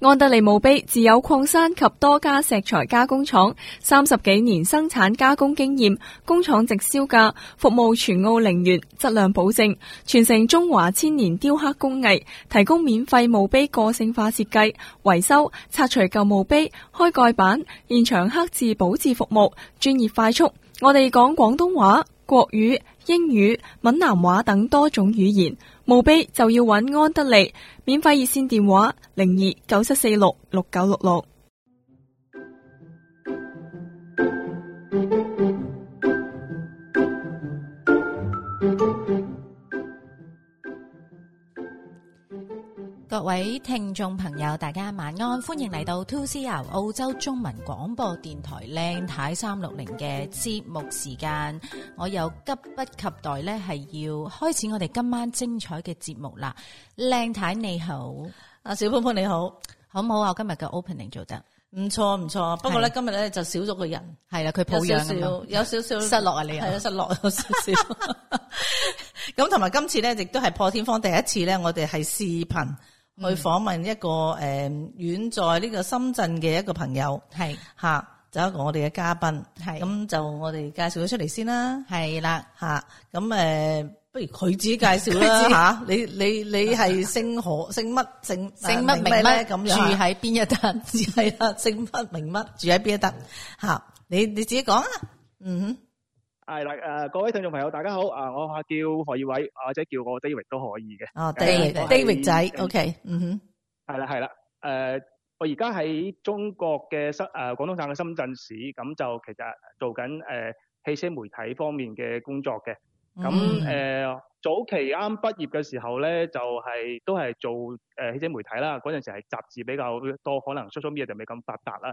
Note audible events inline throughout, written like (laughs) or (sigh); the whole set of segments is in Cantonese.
安德利墓碑自有礦山及多家石材加工廠，三十幾年生產加工經驗，工廠直銷價，服務全澳陵園，質量保證，傳承中華千年雕刻工藝，提供免費墓碑個性化設計、維修、拆除舊墓碑、開蓋板、現場刻字保質服務，專業快速。我哋講廣東話、國語、英語、閩南話等多種語言。墓碑就要揾安德利，免費熱線電話零二九七四六六九六六。各位聽眾朋友，大家晚安，歡迎嚟到 2CR 澳洲中文廣播電台靚太三六零嘅節目時間，我又急不及待咧，係要開始我哋今晚精彩嘅節目啦。靚太你好，阿啊小潘潘你好，好唔好啊？我今日嘅 opening 做得唔錯唔錯，不過咧今日咧就少咗個人，係啦，佢抱有養少咁樣少有少少失落啊你又係啊失落有少少。 (laughs) 咁同埋今次咧，亦都係破天荒第一次咧，我哋係視頻去嗯訪問一個誒遠在呢個深圳嘅一個朋友係吓，就一個我哋嘅嘉賓，係咁就我哋介紹咗出嚟先啦係啦，吓，咁誒。不如佢自己介紹佢 (laughs) 自啦己吓，你你你係姓何 (laughs) 姓乜姓姓乜名咩乜咧咁樣住啊喺邊一笪？ (laughs) 係啦，姓乜名乜，住喺邊一得吓？你你自己講啊，嗯系啦，诶，各位聽眾朋友，大家好，啊，我叫何耀偉，或者叫我 David 都可以嘅。哼，哦誒 David 我係 David 仔，OK，嗯係啦，係啦，诶、我而家喺中國嘅深诶廣東省嘅深圳市，咁就其實做緊诶、汽車媒體方面嘅工作嘅。哼，咁嗯誒、呃早期啱畢業嘅時候咧，就係、都係做誒、呃汽車媒體啦。嗰陣時係雜誌比較多，可能 social media 就未咁發達啦。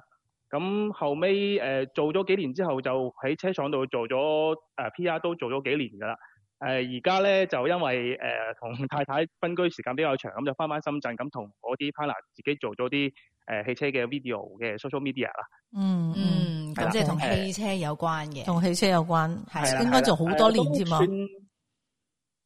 咁後尾誒、呃做咗幾年之後，就喺車廠度做咗誒、呃 PR 都做咗幾年㗎啦。呃誒而家咧就因為誒呃同、太太分居時間比較長，咁就翻返深圳，咁同我啲 partner 自己做咗啲誒汽車嘅 video 嘅 social media 啦。嗯嗯，嗯，係咁啦即係同誒汽車有關嘅，同汽車有關，係啦應該做好多年添嘛係啦，誒都算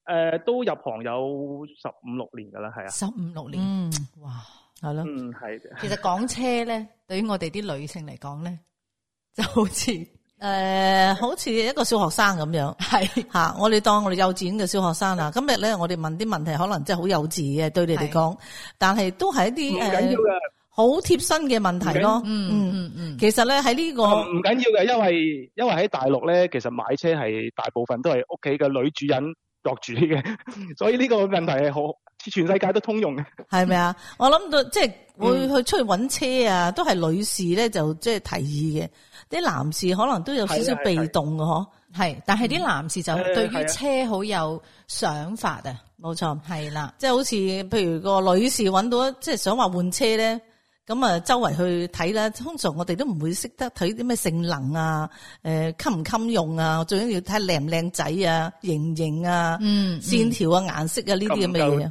誒都入行有十五六年㗎啦，係啊。十五六年，嗯，哇！係咯，嗯，係嘅。其實講車咧，對於我哋啲女性嚟講咧， (laughs) 就好似誒，呃好似一個小學生咁樣。係吓，我哋當我哋幼稚園嘅小學生啦。今日咧，我哋問啲問題可能真係好幼稚嘅，對你嚟講，但係都係一唔啲緊要誒嘅，好貼身嘅問題咯。嗯嗯嗯，其實咧喺呢個唔緊要嘅，因為因為喺大陸咧，其實買車係大部分都係屋企嘅女主人作主嘅， (laughs) 所以呢個問題係好全世界都通用嘅。系咪啊？嗯我諗到即係會去出去揾車啊，都係女士咧就即係提議嘅，啲男士可能都有少少係啊係啊被動嘅嗬。嗯啊係，但係啲男士就誒對於係車好有想法啊，冇錯，係啦，即係好似譬如個女士揾到即係想話換車咧，咁啊周圍去睇啦。通常我哋都唔會識得睇啲咩性能啊，诶襟唔襟用啊，最緊要睇靚唔靚仔啊，型唔型啊，嗯線條啊、顏色啊呢啲咁咁嘅嘢夠啊。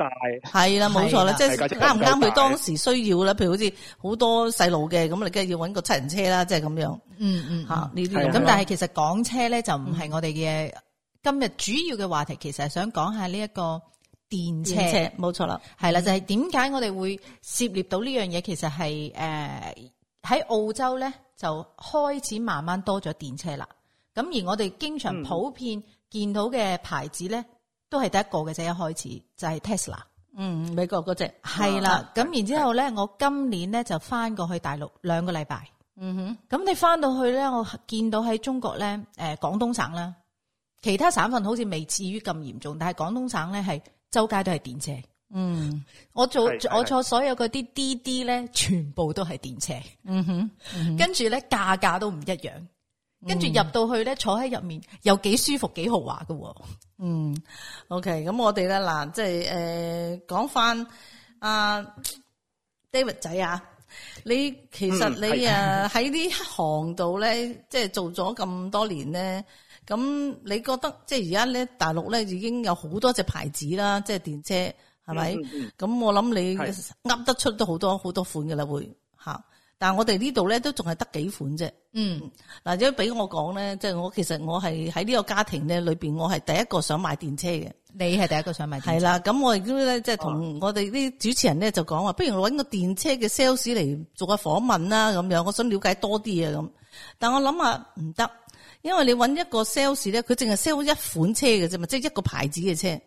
大，系啦，冇錯係啦啦，即係係架車啱唔啱夠大佢當時需要啦。譬如好似好多細路嘅，咁你啊梗係要揾個七人車啦，即係咁樣嗯嗯吓呢啲係咁啊咁。但但係係其實講車咧就唔係我哋嘅今日主要嘅話題，其實係想講下呢一個電電車。車冇錯啦，嗯係啦，就係點解我哋會涉獵到呢樣嘢？其實係诶喺澳洲咧，就開始慢慢多咗電車啦。咁而我哋經常嗯普遍見到嘅牌子咧，都係得一個嘅啫。一開始就係 Tesla，嗯，美國嗰啊只係啦。咁然之后咧，我今年咧就翻過去大陸兩個禮拜。嗯咁你翻到去咧，我見到喺中國咧，诶、廣東省啦，其他省份好似未至於咁嚴重，但係廣東省咧係周街都係電車。哼，嗯我做係係我坐所有嗰啲滴滴咧，全部都係電車，嗯哼， (laughs) 跟住咧價價都唔一樣，跟住入到去咧坐喺入面又幾舒服幾豪華噶喎。嗯，OK，咁我哋咧嗱，即係诶講翻阿 David 仔啊，你其實嗯你啊喺呢行度咧，即係做咗咁多年咧。咁你覺得即係而家咧，大陸咧已經有好多隻牌子啦，即係電車係咪？嗯嗯嗯咁我諗你係噏得出都好多好多款嘅啦，會吓。但系我哋呢度咧都仲係得幾款啫。嗯嗱，如果俾我講咧，即係我其實我係喺呢個家庭咧裏边，我係第一個想買電車嘅。你係第一個想買電哦係池，啦，咁我亦都咧，即係同我哋啲主持人咧就講話，不如搵個電車嘅 sales 嚟做下訪問啦，咁樣，我想了解多啲啊咁。但我諗下唔得，因為你搵一個 sales 咧，佢淨係 sell 一款車嘅啫嘛，即係一個牌子嘅車。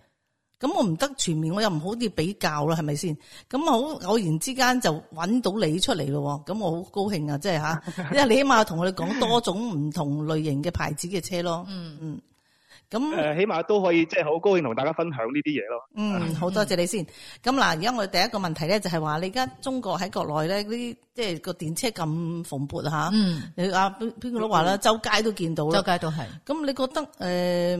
咁我唔得全面，我又唔好啲比較啦，係咪先？咁好偶然之間就揾到你出嚟咯喎，咁我好高興啊，即係吓，因為你起碼同我哋講多種唔同類型嘅牌子嘅車咯。嗯嗯，咁。誒，起碼都可以即係好高興同大家分享呢啲嘢咯。嗯，好多謝你先。咁嗱，而家我哋第一個問題咧，就係話你而家中國喺國內咧，呢啲即係個電車咁蓬勃吓，嗯，你啊邊邊個都話啦，周街都見到周啦。街都係。咁你覺得诶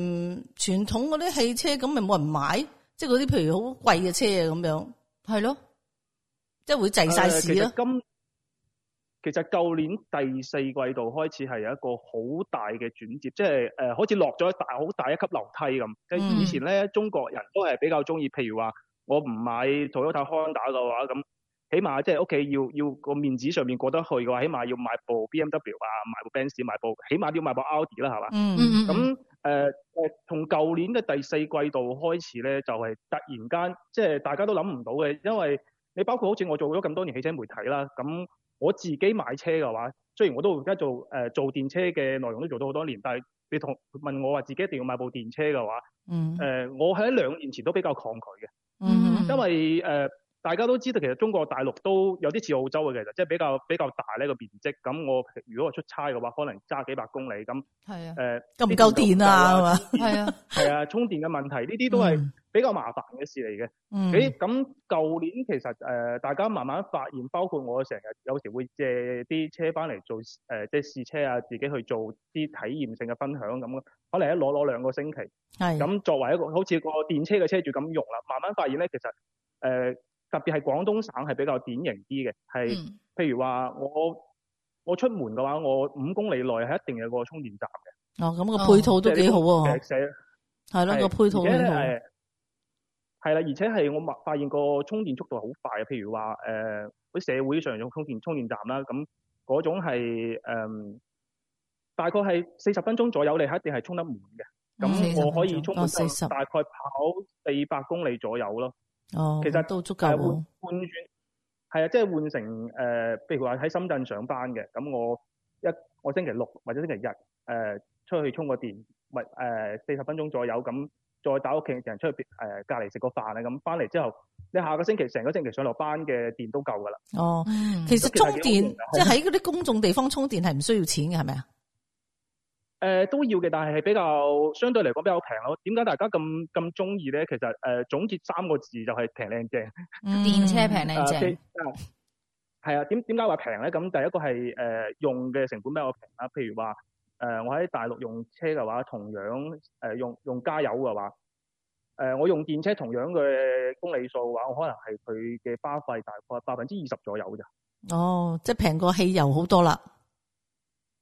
傳統嗰啲汽車咁咪冇人買？即係嗰啲譬如好貴嘅車啊咁樣，係咯，即係會滯晒市咯。誒呃其實今其實舊年第四季度開始係有一個好大嘅轉折，即係誒、呃好似落咗一大好大一級樓梯咁。即係嗯以前咧，中國人都係比較中意，譬如話我唔買 Toyota Honda 嘅話，咁起碼即係屋企要要個面子上面過得去嘅話，起碼要買部 BMW 啊，買部 Benz，買部起碼都要買部 Audi 啦，係嘛？嗯嗯嗯嗯咁誒誒，從舊年嘅第四季度開始咧，就係、突然間，即係大家都諗唔到嘅，因為你包括好似我做咗咁多年汽車媒體啦，咁我自己買車嘅話，雖然我都而家做誒、呃做電車嘅內容都做咗好多年，但係你同問我話自己一定要買部電車嘅話，嗯誒、我喺兩年前都比較抗拒嘅。嗯因為誒、呃大家都知道其實中國大陸都有啲似澳洲嘅，其實即係比較比較大呢個面積。咁我如果我出差嘅話，可能揸幾百公里咁呃係啊，夠誒，唔夠電啊？係嘛？係啊，係啊，充電嘅問題呢啲 (laughs) 都係比較麻煩嘅事嚟嘅。嗯誒咁舊年其實誒、呃大家慢慢發現，包括我成日有時會借啲車翻嚟做誒、呃即係試車啊，自己去做啲體驗性嘅分享咁，可能一攞攞兩個星期。係咁作為一個好似個電車嘅車主咁用啦，慢慢發現咧，其實誒、呃特別係廣東省係比較典型啲嘅，係、嗯譬如話我我出門嘅話，我五公里內係一定有個充電站嘅，哦，咁個配套都幾好喎，誒寫係咯，係個配套而且幾好。誒係啦，而且係我發發現個充電速度係好快嘅。譬如話誒，嗰、啲社會上用充電充電站啦，咁嗰種係、誒大概係四十分鐘左右，你係一定係充得滿嘅。嗯咁我可40以分鐘充滿哦到40大概跑四百公里左右咯。哦，其實都足夠係喎換。換轉係啊，即係換成誒、譬如話喺深圳上班嘅，咁我一我星期六或者星期日誒、呃出去充個電，咪誒四十分鐘左右，咁再打屋企人出去誒、隔離食個飯啊，咁翻嚟之後，你下個星期成個星期上落班嘅電都夠㗎啦。哦。嗯其實充電都其實幾好用㗎即係喺嗰啲公眾地方充電係唔需要錢嘅，係咪啊？誒、呃都要嘅，但係係比較相對嚟講比較平咯。點解大家咁咁中意咧？其實誒、呃總結三個字就係平靚正。嗯嗯電車平啊靚正，係啊，點點解話平咧？咁第一個係誒、呃用嘅成本比較平啦，譬如話誒、呃我喺大陸用車嘅話，同樣誒、呃用用加油嘅話，誒、我用電車同樣嘅公里數嘅話，我可能係佢嘅花費大概百分之二十左右咋，哦，即係平過汽油好多啦。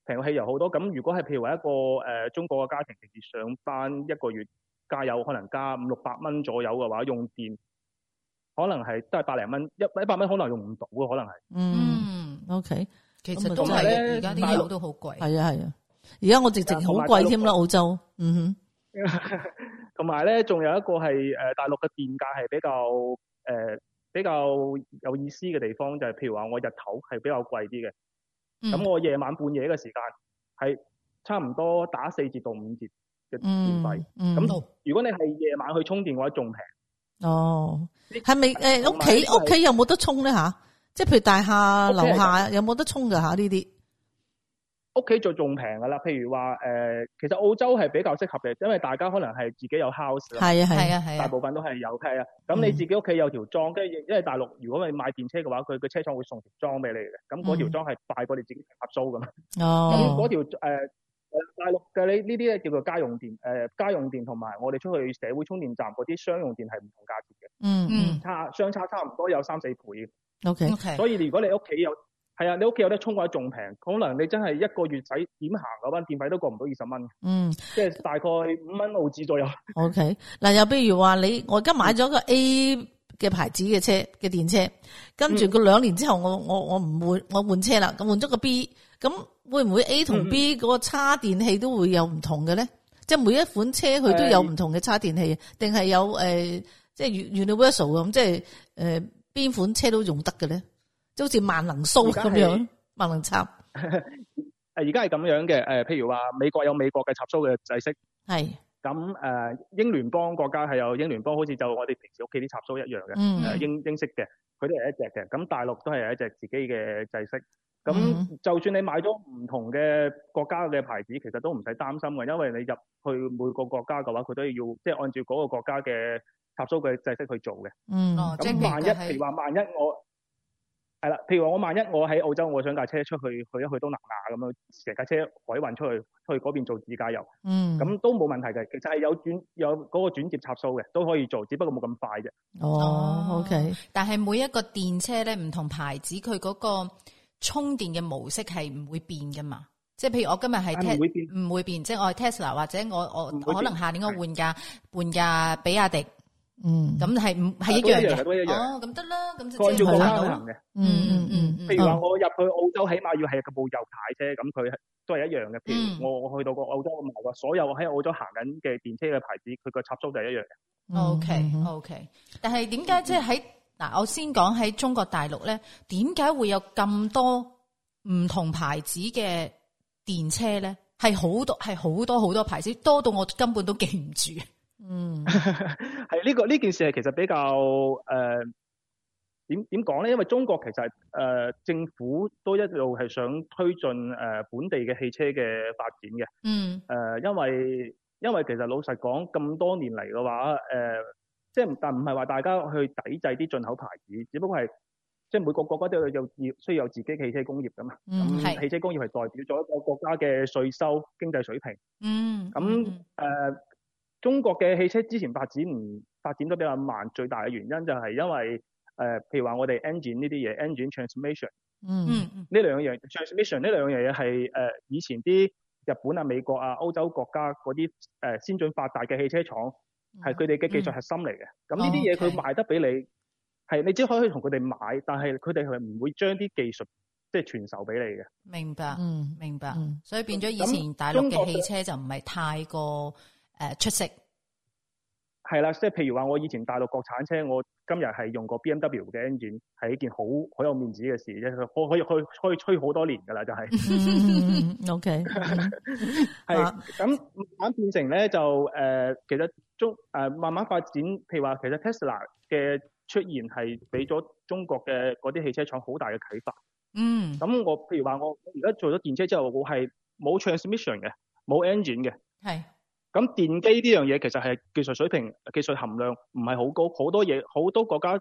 平過汽油好多。咁如果係譬如話一個誒、呃中國嘅家庭平時上班一個月加油可能加五六百蚊左右嘅話，用電可能係都係百零蚊，一一百蚊可能用唔到啊嘅，可能係。嗯嗯， ，OK，其咁實啊都真係係，咧而家啲大陸油都好貴，係啊係啊，而家我直情好貴添啦，澳洲。嗯同埋咧，仲有一個係誒、呃大陸嘅電價係比較誒、呃比較有意思嘅地方，就係、譬如話我日頭係比較貴啲嘅，嗯咁、我夜晚半夜嘅時間係差唔多打四折到五折哼，嘅電費。嗯嗯，咁咁如果你係夜晚去充電嘅話，仲平。哦，係咪诶同屋埋企因為屋企有冇得充咧吓？即係譬如大廈屋企樓係下有冇得充噶吓呢啲？屋企就仲平㗎啦，譬如話誒、呃其實澳洲係比較適合嘅，因為大家可能係自己有 house 啦。係啊係係啊啊，係大啊，部分都係有係啊。嗯咁你自己屋企有條裝，跟住因為大陸如果你買電車嘅話，佢個車廠會送條裝俾你嘅，咁嗰條嗯裝係快過你自己合租㗎嘛。咁嗰哦，條誒誒大陸嘅呢呢啲咧叫做家用電誒、呃家用電同埋我哋出去社會充電站嗰啲商用電係唔同價錢嘅，嗯嗯差相差差唔多有三四倍嘅。 ，OK，嗯 OK，所以如果你屋企有係啊，你屋企有得充嘅話仲平，可能你真係一個月使點行嗰班電費都過唔到二十蚊，嗯。即係大概五蚊澳紙左右。 O K，嗱又譬如話你，我而家買咗個 A 嘅牌子嘅車嘅電車，跟住佢兩年之後我我我唔換我換車啦，咁換咗個 B，咁會唔會 A 同 B 嗰個叉電器都會有唔同嘅咧？即係每一款車佢都有唔同嘅叉電器，定係有诶、即係 universal 咁，即係诶邊款車都用得嘅咧？即係好似萬能而蘇家咁係樣，萬能插呃而家係咁樣嘅，誒、呃譬如話美國有美國嘅插蘇嘅制式，係，咁誒、呃英聯邦國家係有英聯邦，好似就我哋平時屋企啲插蘇一樣嘅，誒、嗯嗯英英式嘅，佢都係一隻嘅，咁大陸都係有一隻自己嘅制式。咁嗯就算你買咗唔同嘅國家嘅牌子，其實都唔使擔心嘅，因為你入去每個國家嘅話，佢都要即係按照嗰個國家嘅插蘇嘅制式去做嘅。嗯，哦即係咁萬一其實係譬如話，萬一我係啦，譬如話我萬一我喺澳洲，我想架車出去去一去東南亞咁樣，成架車海運出去，去嗰邊做自駕遊，嗯，咁都冇問題嘅。其實係有轉有嗰個轉接插數嘅，都可以做，只不過冇咁快啫。哦，OK，但係每一個電車咧，唔同牌子佢嗰個充電嘅模式係唔會變噶嘛。即係譬如我今日係啊唔會變 Te- 唔會變，即係我係 Tesla 或者我我唔會我變可能下年我換架換架比亞迪，嗯，咁係唔係一樣啊嘅？都一樣都一樣哦，咁得啦，咁就按即照係冇國家難去度行啦。嘅。嗯嗯嗯啊譬如話我入去澳洲，起碼要係部右軚車，咁佢都係一樣嘅。譬嗯如我我去到個澳洲，我買過所有喺澳洲行緊嘅電車嘅牌子，佢個插蘇就係一樣嘅。嗯 O K O K，但係點解即係喺嗱？我先講喺中國大陸咧，點解會有咁多唔同牌子嘅電車咧？係好多係好多好多牌子，多到我根本都記唔住。嗯，係呢、個呢件事係其實比較誒點點講咧，因為中國其實誒、呃政府都一路係想推進誒、呃本地嘅汽車嘅發展嘅。誒、嗯呃因為因為其實老實講，咁多年嚟嘅話，誒、即係唔但唔係話大家去抵制啲進口牌子，只不過係即係每個國家都有有需要有自己嘅汽車工業㗎嘛。嗯係咁汽車工業係代表咗一個國家嘅稅收、經濟水平。嗯，咁嗯誒、中國嘅汽車之前發展唔發展得比較慢，最大嘅原因就係因為誒、譬如話我哋 engine 呢啲嘢，engine transformation 嗯，嗯嗯呢兩樣 transmission 呢兩樣嘢係誒以前啲日本啊、美國啊、歐洲國家嗰啲誒先進發達嘅汽車廠係佢哋嘅技術核心嚟嘅。咁呢啲嗯嘢哦，OK 佢賣得俾你，係你只可以同佢哋買，但係佢哋係唔會將啲技術即係傳授俾你嘅。明白嗯，明白，嗯所以變咗以咁前大陸中嘅國汽車就唔係太過誒出色。係啦，即係譬如話，我以前大陸國產車，我今日係用過 B M W 嘅 engine，係一件好好有面子嘅事，啫。佢可以可以可以吹好多年㗎啦，就係、嗯，O K，係啊咁慢慢變成咧就誒、呃其實中誒、呃慢慢發展，譬如話，其實 Tesla 嘅出現係俾咗中國嘅嗰啲汽車廠好大嘅啟發。嗯，咁我譬如話，我而家做咗電車之後，我係冇 transmission 嘅，冇 engine 嘅。係咁電機呢樣嘢其實係技術水平、技術含量唔係好高，好多嘢好多國家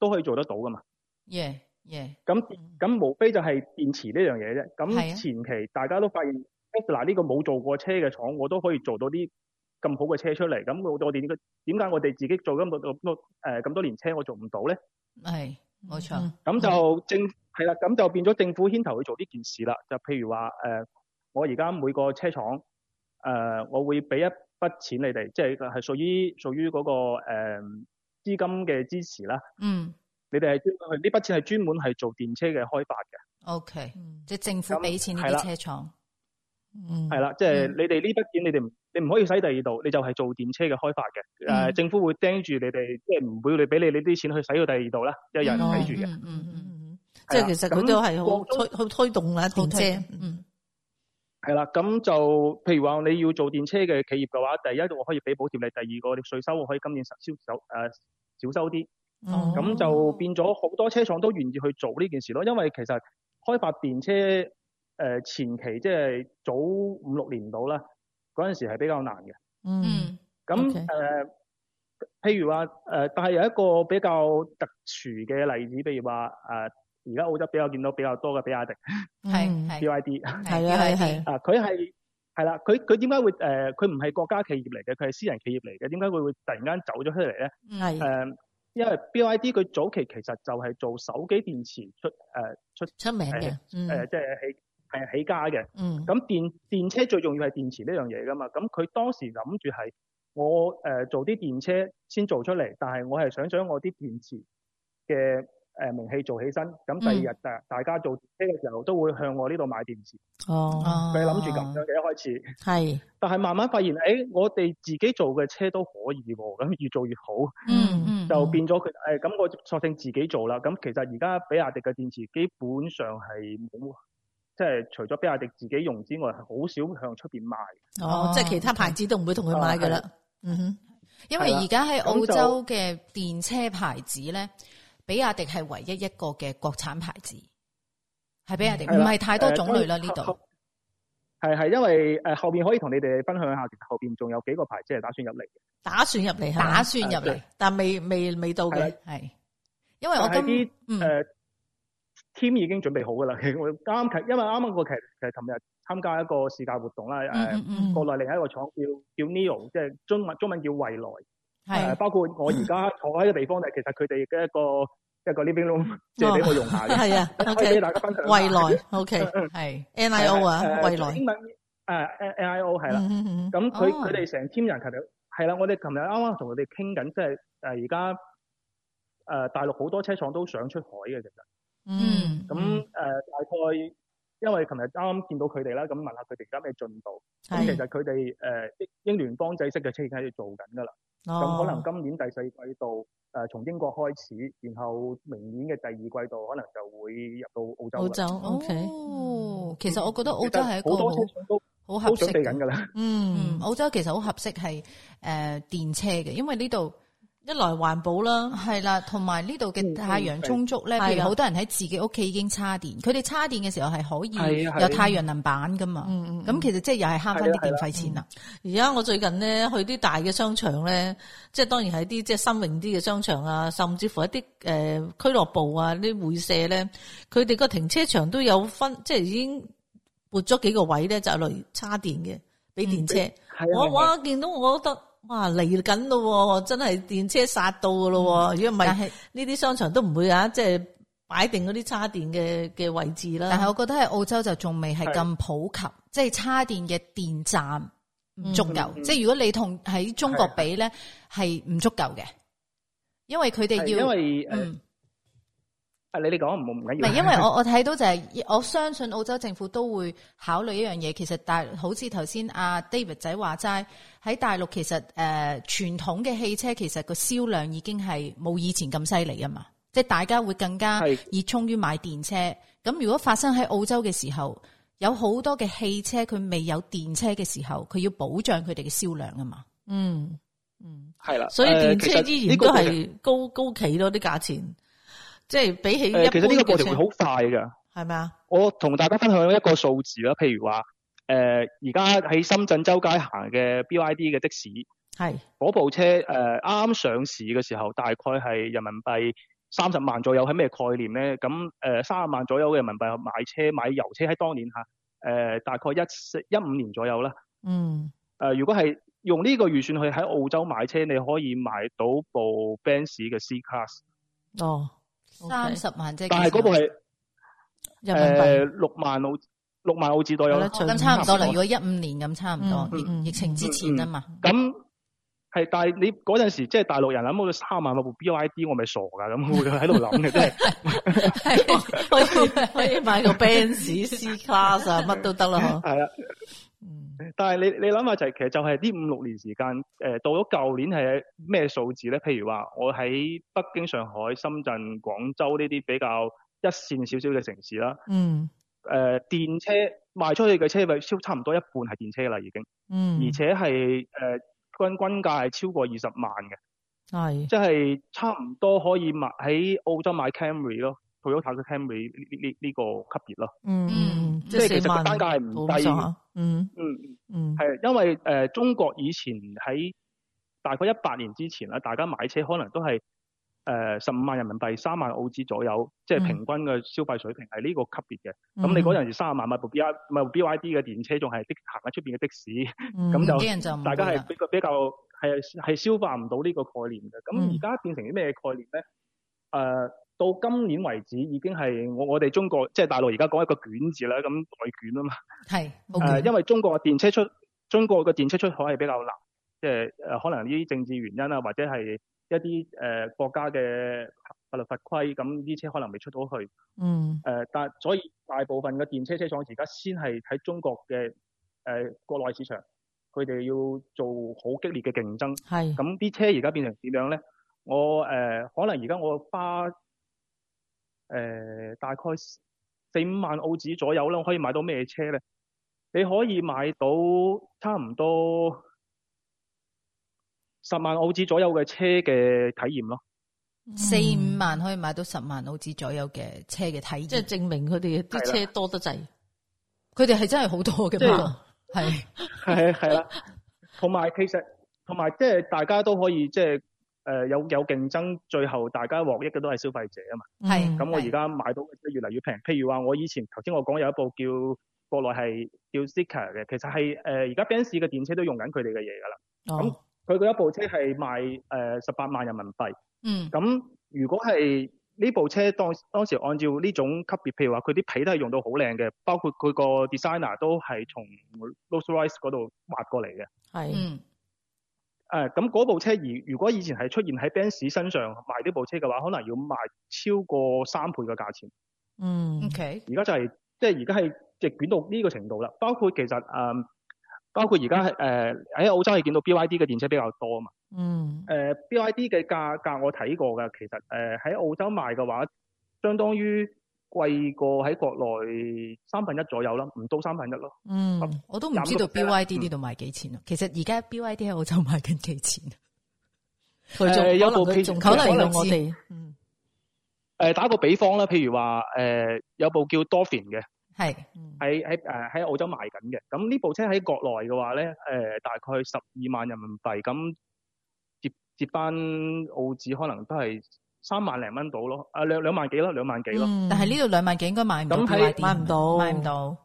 都可以做得到噶嘛。耶耶，咁咁無非就係電池呢樣嘢啫。咁嗯係啊前期大家都發現 Tesla 呢個冇做過車嘅廠，我都可以做到啲咁好嘅車出嚟。咁我我哋點解點解我哋自己做咁多咁多誒咁多年車，我做唔到咧？係冇錯。嗯咁就嗯政係啦，咁就變咗政府牽頭去做呢件事啦。就譬如話誒、呃我而家每個車廠誒、呃我會俾一筆錢你哋，即係係屬於屬於嗰、個誒、呃、資金嘅支持啦。嗯你哋係專門去呢筆錢係專門係做電車嘅開發嘅， ，OK。嗯，即系政府咁俾錢呢係啦啲車廠。嗯，係啦，即係嗯你哋呢筆錢你哋唔你唔可以使第二度，你就係做電車嘅開發嘅。誒、嗯政府會盯住你哋，即係唔會你俾你你啲錢去使到第二度啦，有人睇住嘅。嗯嗯嗯哦嗯，即係其實佢都係好推好推動啦電車，嗯係啦，咁就譬如話你要做電車嘅企業嘅話，第一我可以俾補貼你，第二個你稅收我可以今年少收誒少收啲，哦咁就變咗好多車廠都願意去做呢件事咯。因為其實開發電車誒、呃前期即係早五六年度啦，嗰陣時係比較難嘅。嗯嗯咁誒 OK 譬如話誒、呃但係有一個比較特殊嘅例子，譬如話誒，呃而、家澳洲比較見到比較多嘅比亞迪嗯係係 BYD 嗯啊、係啊係係佢係係啦，佢佢點解會誒？呃佢唔係國家企業嚟嘅，佢係私人企業嚟嘅，點解佢會突然間走咗出嚟咧？係誒、係因為 BYD 佢早期其實就係做手機電池出誒、呃出誒、出名嘅，嗯即係起係起家嘅。嗯咁電電車最重要係電池呢樣嘢噶嘛，咁佢當時諗住係我誒、呃做啲電車先做出嚟，但係我係想將我啲電池嘅誒名氣做起身，咁第二日大大家做電車嘅時候都會向我呢度買電池，哦，哦佢諗住咁樣嘅一開始，系，但係慢慢發現，誒、我哋自己做嘅車都可以喎、咁越做越好。嗯嗯，就變咗佢誒咁，我索性自己做啦。咁其實而家比亞迪嘅電池基本上係冇，即係除咗比亞迪自己用之外，係好少向出邊賣。哦，即系其他牌子都唔會同佢買噶啦，嗯哼，因為而家喺係啦澳咁就洲嘅電車牌子咧，比亞迪係唯一一個嘅國產牌子，係比亞迪，係唔啦係太多種類啦呢誒度。。係係，因為誒後邊可以同你哋分享下，其實後邊仲有幾個牌子係打算入嚟嘅。打算入嚟，係咪打算入嚟，但未未未到嘅係，係因為我但係今啲嗯誒 team 已經準備好㗎啦。其實我啱啱因為啱啱個其實其實琴日參加一個試駕活動啦，誒、嗯嗯嗯國內另一個廠叫叫 Neo，即係中文中文叫蔚來。嗯誒係包括我而嗯家坐喺嘅地方，就係其實佢哋嘅一個一個 living 哦 room 借俾我用下 (laughs) 嘅，係啊可以俾，OK，大家分享下。未來，OK，NIO 係啊，誒未誒來，英文呃誒 NIO 係啦。嗯嗯嗯咁佢哦佢哋成 team 人其實係啦，我哋琴日啱啱同佢哋傾緊，即係誒呃而家誒大陸好多車廠都想出海嘅，其實嗯嗯咁誒大概。因為琴日啱啱見到佢哋啦，咁問下佢哋而家咩進度。咁係其實佢哋誒英英聯邦制式嘅車已經喺度做緊㗎啦。咁可能哦，今年第四季度誒、呃、從英國開始，然後明年嘅第二季度可能就會入到澳澳洲啦。洲，OK，啊哦，其實我覺得澳洲係一好多車個廠都好好合都準適備緊嘅。㗎啦。嗯嗯，。澳洲其實好合適係誒電車嘅，因為呢度一來環保啦，係啦，同埋呢度嘅嗯太陽充足咧，嗯譬係如啊好多人喺自己屋企已經叉電，佢哋叉電嘅時候係可以係啊係啊有太陽能板噶嘛。嗯嗯咁其實即係又係慳翻啲電費錢啦。而家我最近咧去啲大嘅商場咧，即係當然係啲即係新穎啲嘅商場啊，甚至乎一啲诶俱樂部啊、啲會社咧，佢哋個停車場都有分，即係已經撥咗幾個位咧，就係嚟叉電嘅，俾電車。係我啊，哇見到我覺得哇嚟緊咯喎，真係電車殺到噶咯喎！如果唔但係係呢啲商場都唔會啊，即係擺定嗰啲叉電嘅嘅位置啦。但係我覺得喺澳洲就仲未係咁普及，即係叉電嘅電站唔足夠。嗯即係如果你同喺中國比咧，係唔足夠嘅，因為佢哋係因要為誒、呃嗯。啊你哋講唔唔緊唔 (laughs) 要。係，因為我我睇到就係、我相信澳洲政府都會考慮一樣嘢。其實大好似頭先阿 David 仔話齋，喺大陸其實誒、呃、傳統嘅汽車其實個銷量已經係冇以前咁犀利啊嘛，即係大家會更加係熱衷於買電車。咁如果發生喺澳洲嘅時候，有好多嘅汽車佢未有電車嘅時候，佢要保障佢哋嘅銷量啊嘛。嗯嗯。係啦，所以電車誒依然呃其實呢都個過程係高高企咯啲價錢，即係比起一般呃誒，其實呢個過嘅程會車，好快㗎。係咪啊？我同大家分享一個數字啦，譬如話誒，而家喺深圳周街行嘅 BYD 嘅的士，係嗰部車誒啱啱上市嘅時候，大概係人民幣三十萬左右，係咩概念咧？咁誒三十萬左右嘅人民幣買車買油車喺當年嚇誒、呃大概一四一五年左右啦。誒、嗯如果係用呢個預算去喺澳洲買車，你可以買到部 Benz 嘅 C Class，哦，三十萬即係但係嗰部係人民幣誒六萬澳六萬澳紙左右係啦啦，。咁差唔多啦。差如唔多果一五年咁差唔多，嗯嗯疫疫情之前啊嘛。咁係，但係你嗰陣時即係大陸人諗到三萬買部 BYD，我咪傻㗎咁，會喺度諗嘅， (laughs) 真係。可以可以買個 Benz C (laughs) Class 啊，乜都得啦，嗬係啦，嗯但係你你諗下就係、其實就係呢五六年時間，誒、到咗舊年係咩數字咧？譬如話我喺北京、上海、深圳、廣州呢啲比較一線少少嘅城市啦，呃嗯誒、電車賣出去嘅車位超差唔多一半係電車啦已經，嗯而，且係誒、呃均均價係超過二十萬嘅，係即係差唔多可以買喺澳洲買 Camry 咯。Toyota 嘅 Camry 呢呢呢呢個級別咯，嗯嗯，嗯即即係係其四實萬個單價係唔到咁上下，嗯嗯，嗯係因為誒、呃中國以前喺大概一百年之前啦，大家買車可能都係呃誒十五萬人民幣、三萬澳紙左右，即嗯係平均嘅消費水平係呢個級別嘅。嗯咁你嗰陣時三十萬買部 B I 買部 B Y D 嘅電車，仲係的行喺出邊嘅的士，嗯咁就啲人就唔大家啊會啦係比較比較係係消化唔到呢個概念嘅。嗯咁而家變成啲咩概念咧？誒、到今年為止已經係我我哋中國即係大陸而家講一個卷字啦，咁內卷啊嘛。呃係誒、 OK，因為中國嘅電車出中國嘅電車出海係比較難，即係誒可能呢啲政治原因啊，或者係一啲誒、呃、國家嘅法律法規，咁呢車可能未出到去。嗯誒、呃但所以大部分嘅電車車廠而家先係喺中國嘅誒、呃、國內市場，佢哋要做好激烈嘅競爭。系咁啲車而家變成點樣咧？我誒、呃可能而家我花誒、呃大概四五萬澳紙左右啦，我可以買到咩車咧？你可以買到差唔多十萬澳紙左右嘅車嘅體驗咯。四五萬可以買到十萬澳紙左右嘅車嘅體驗，即即係係證明佢哋啲係車多得滯。佢哋係真係好多嘅嘛，係係係啦，同埋其實同埋即係大家都可以即係誒有有競爭，最後大家獲益嘅都係消費者啊嘛。嗯係咁我係而家買到嘅車越嚟越平，譬如話我以前頭先我講有一部叫國內係叫 Zika 嘅，其實係誒而家 Benz 嘅電車都用緊佢哋嘅嘢㗎啦。咁哦，佢嗰一部車係賣誒呃十八萬人民幣，嗯咁如果係呢部車當當時按照呢種級別，譬如話佢啲皮都係用到好靚嘅，包括佢個 designer 都係從 Rolls-Royce 嗰度挖過嚟嘅。係嗯誒咁嗰部車，如如果以前係出現喺 Benz 身上賣呢部車嘅話，可能要賣超過三倍嘅價錢。嗯，OK，而家就係、即係而家係直捲到呢個程度啦。包括其實誒、嗯包括而家 (laughs) 係誒喺澳洲係見到 BYD 嘅電車比較多啊嘛。嗯誒、BYD 嘅價格我睇過㗎，其實誒喺、澳洲賣嘅話，相當於貴過喺國內三分一左右啦，唔到三分一咯。嗯我都唔知道飲個 BYD 呢度賣幾錢啊。其實而家 BYD 喺澳洲賣緊幾錢？啊 (laughs) 佢仲誒有可能部佢譬仲如可能可能用我知哋。嗯誒、打個比方啦，譬如話誒、有部叫 Dolphin 嘅。係嗯喺喺誒喺澳洲賣緊嘅。咁呢部車喺國內嘅話咧，誒、大概十二萬人民幣，咁折折翻澳紙可能都係三萬零蚊到咯，啊兩兩萬幾咯，兩萬幾咯。嗯但係呢度兩萬幾應該買唔到咁 BYD，喺買唔到買唔到。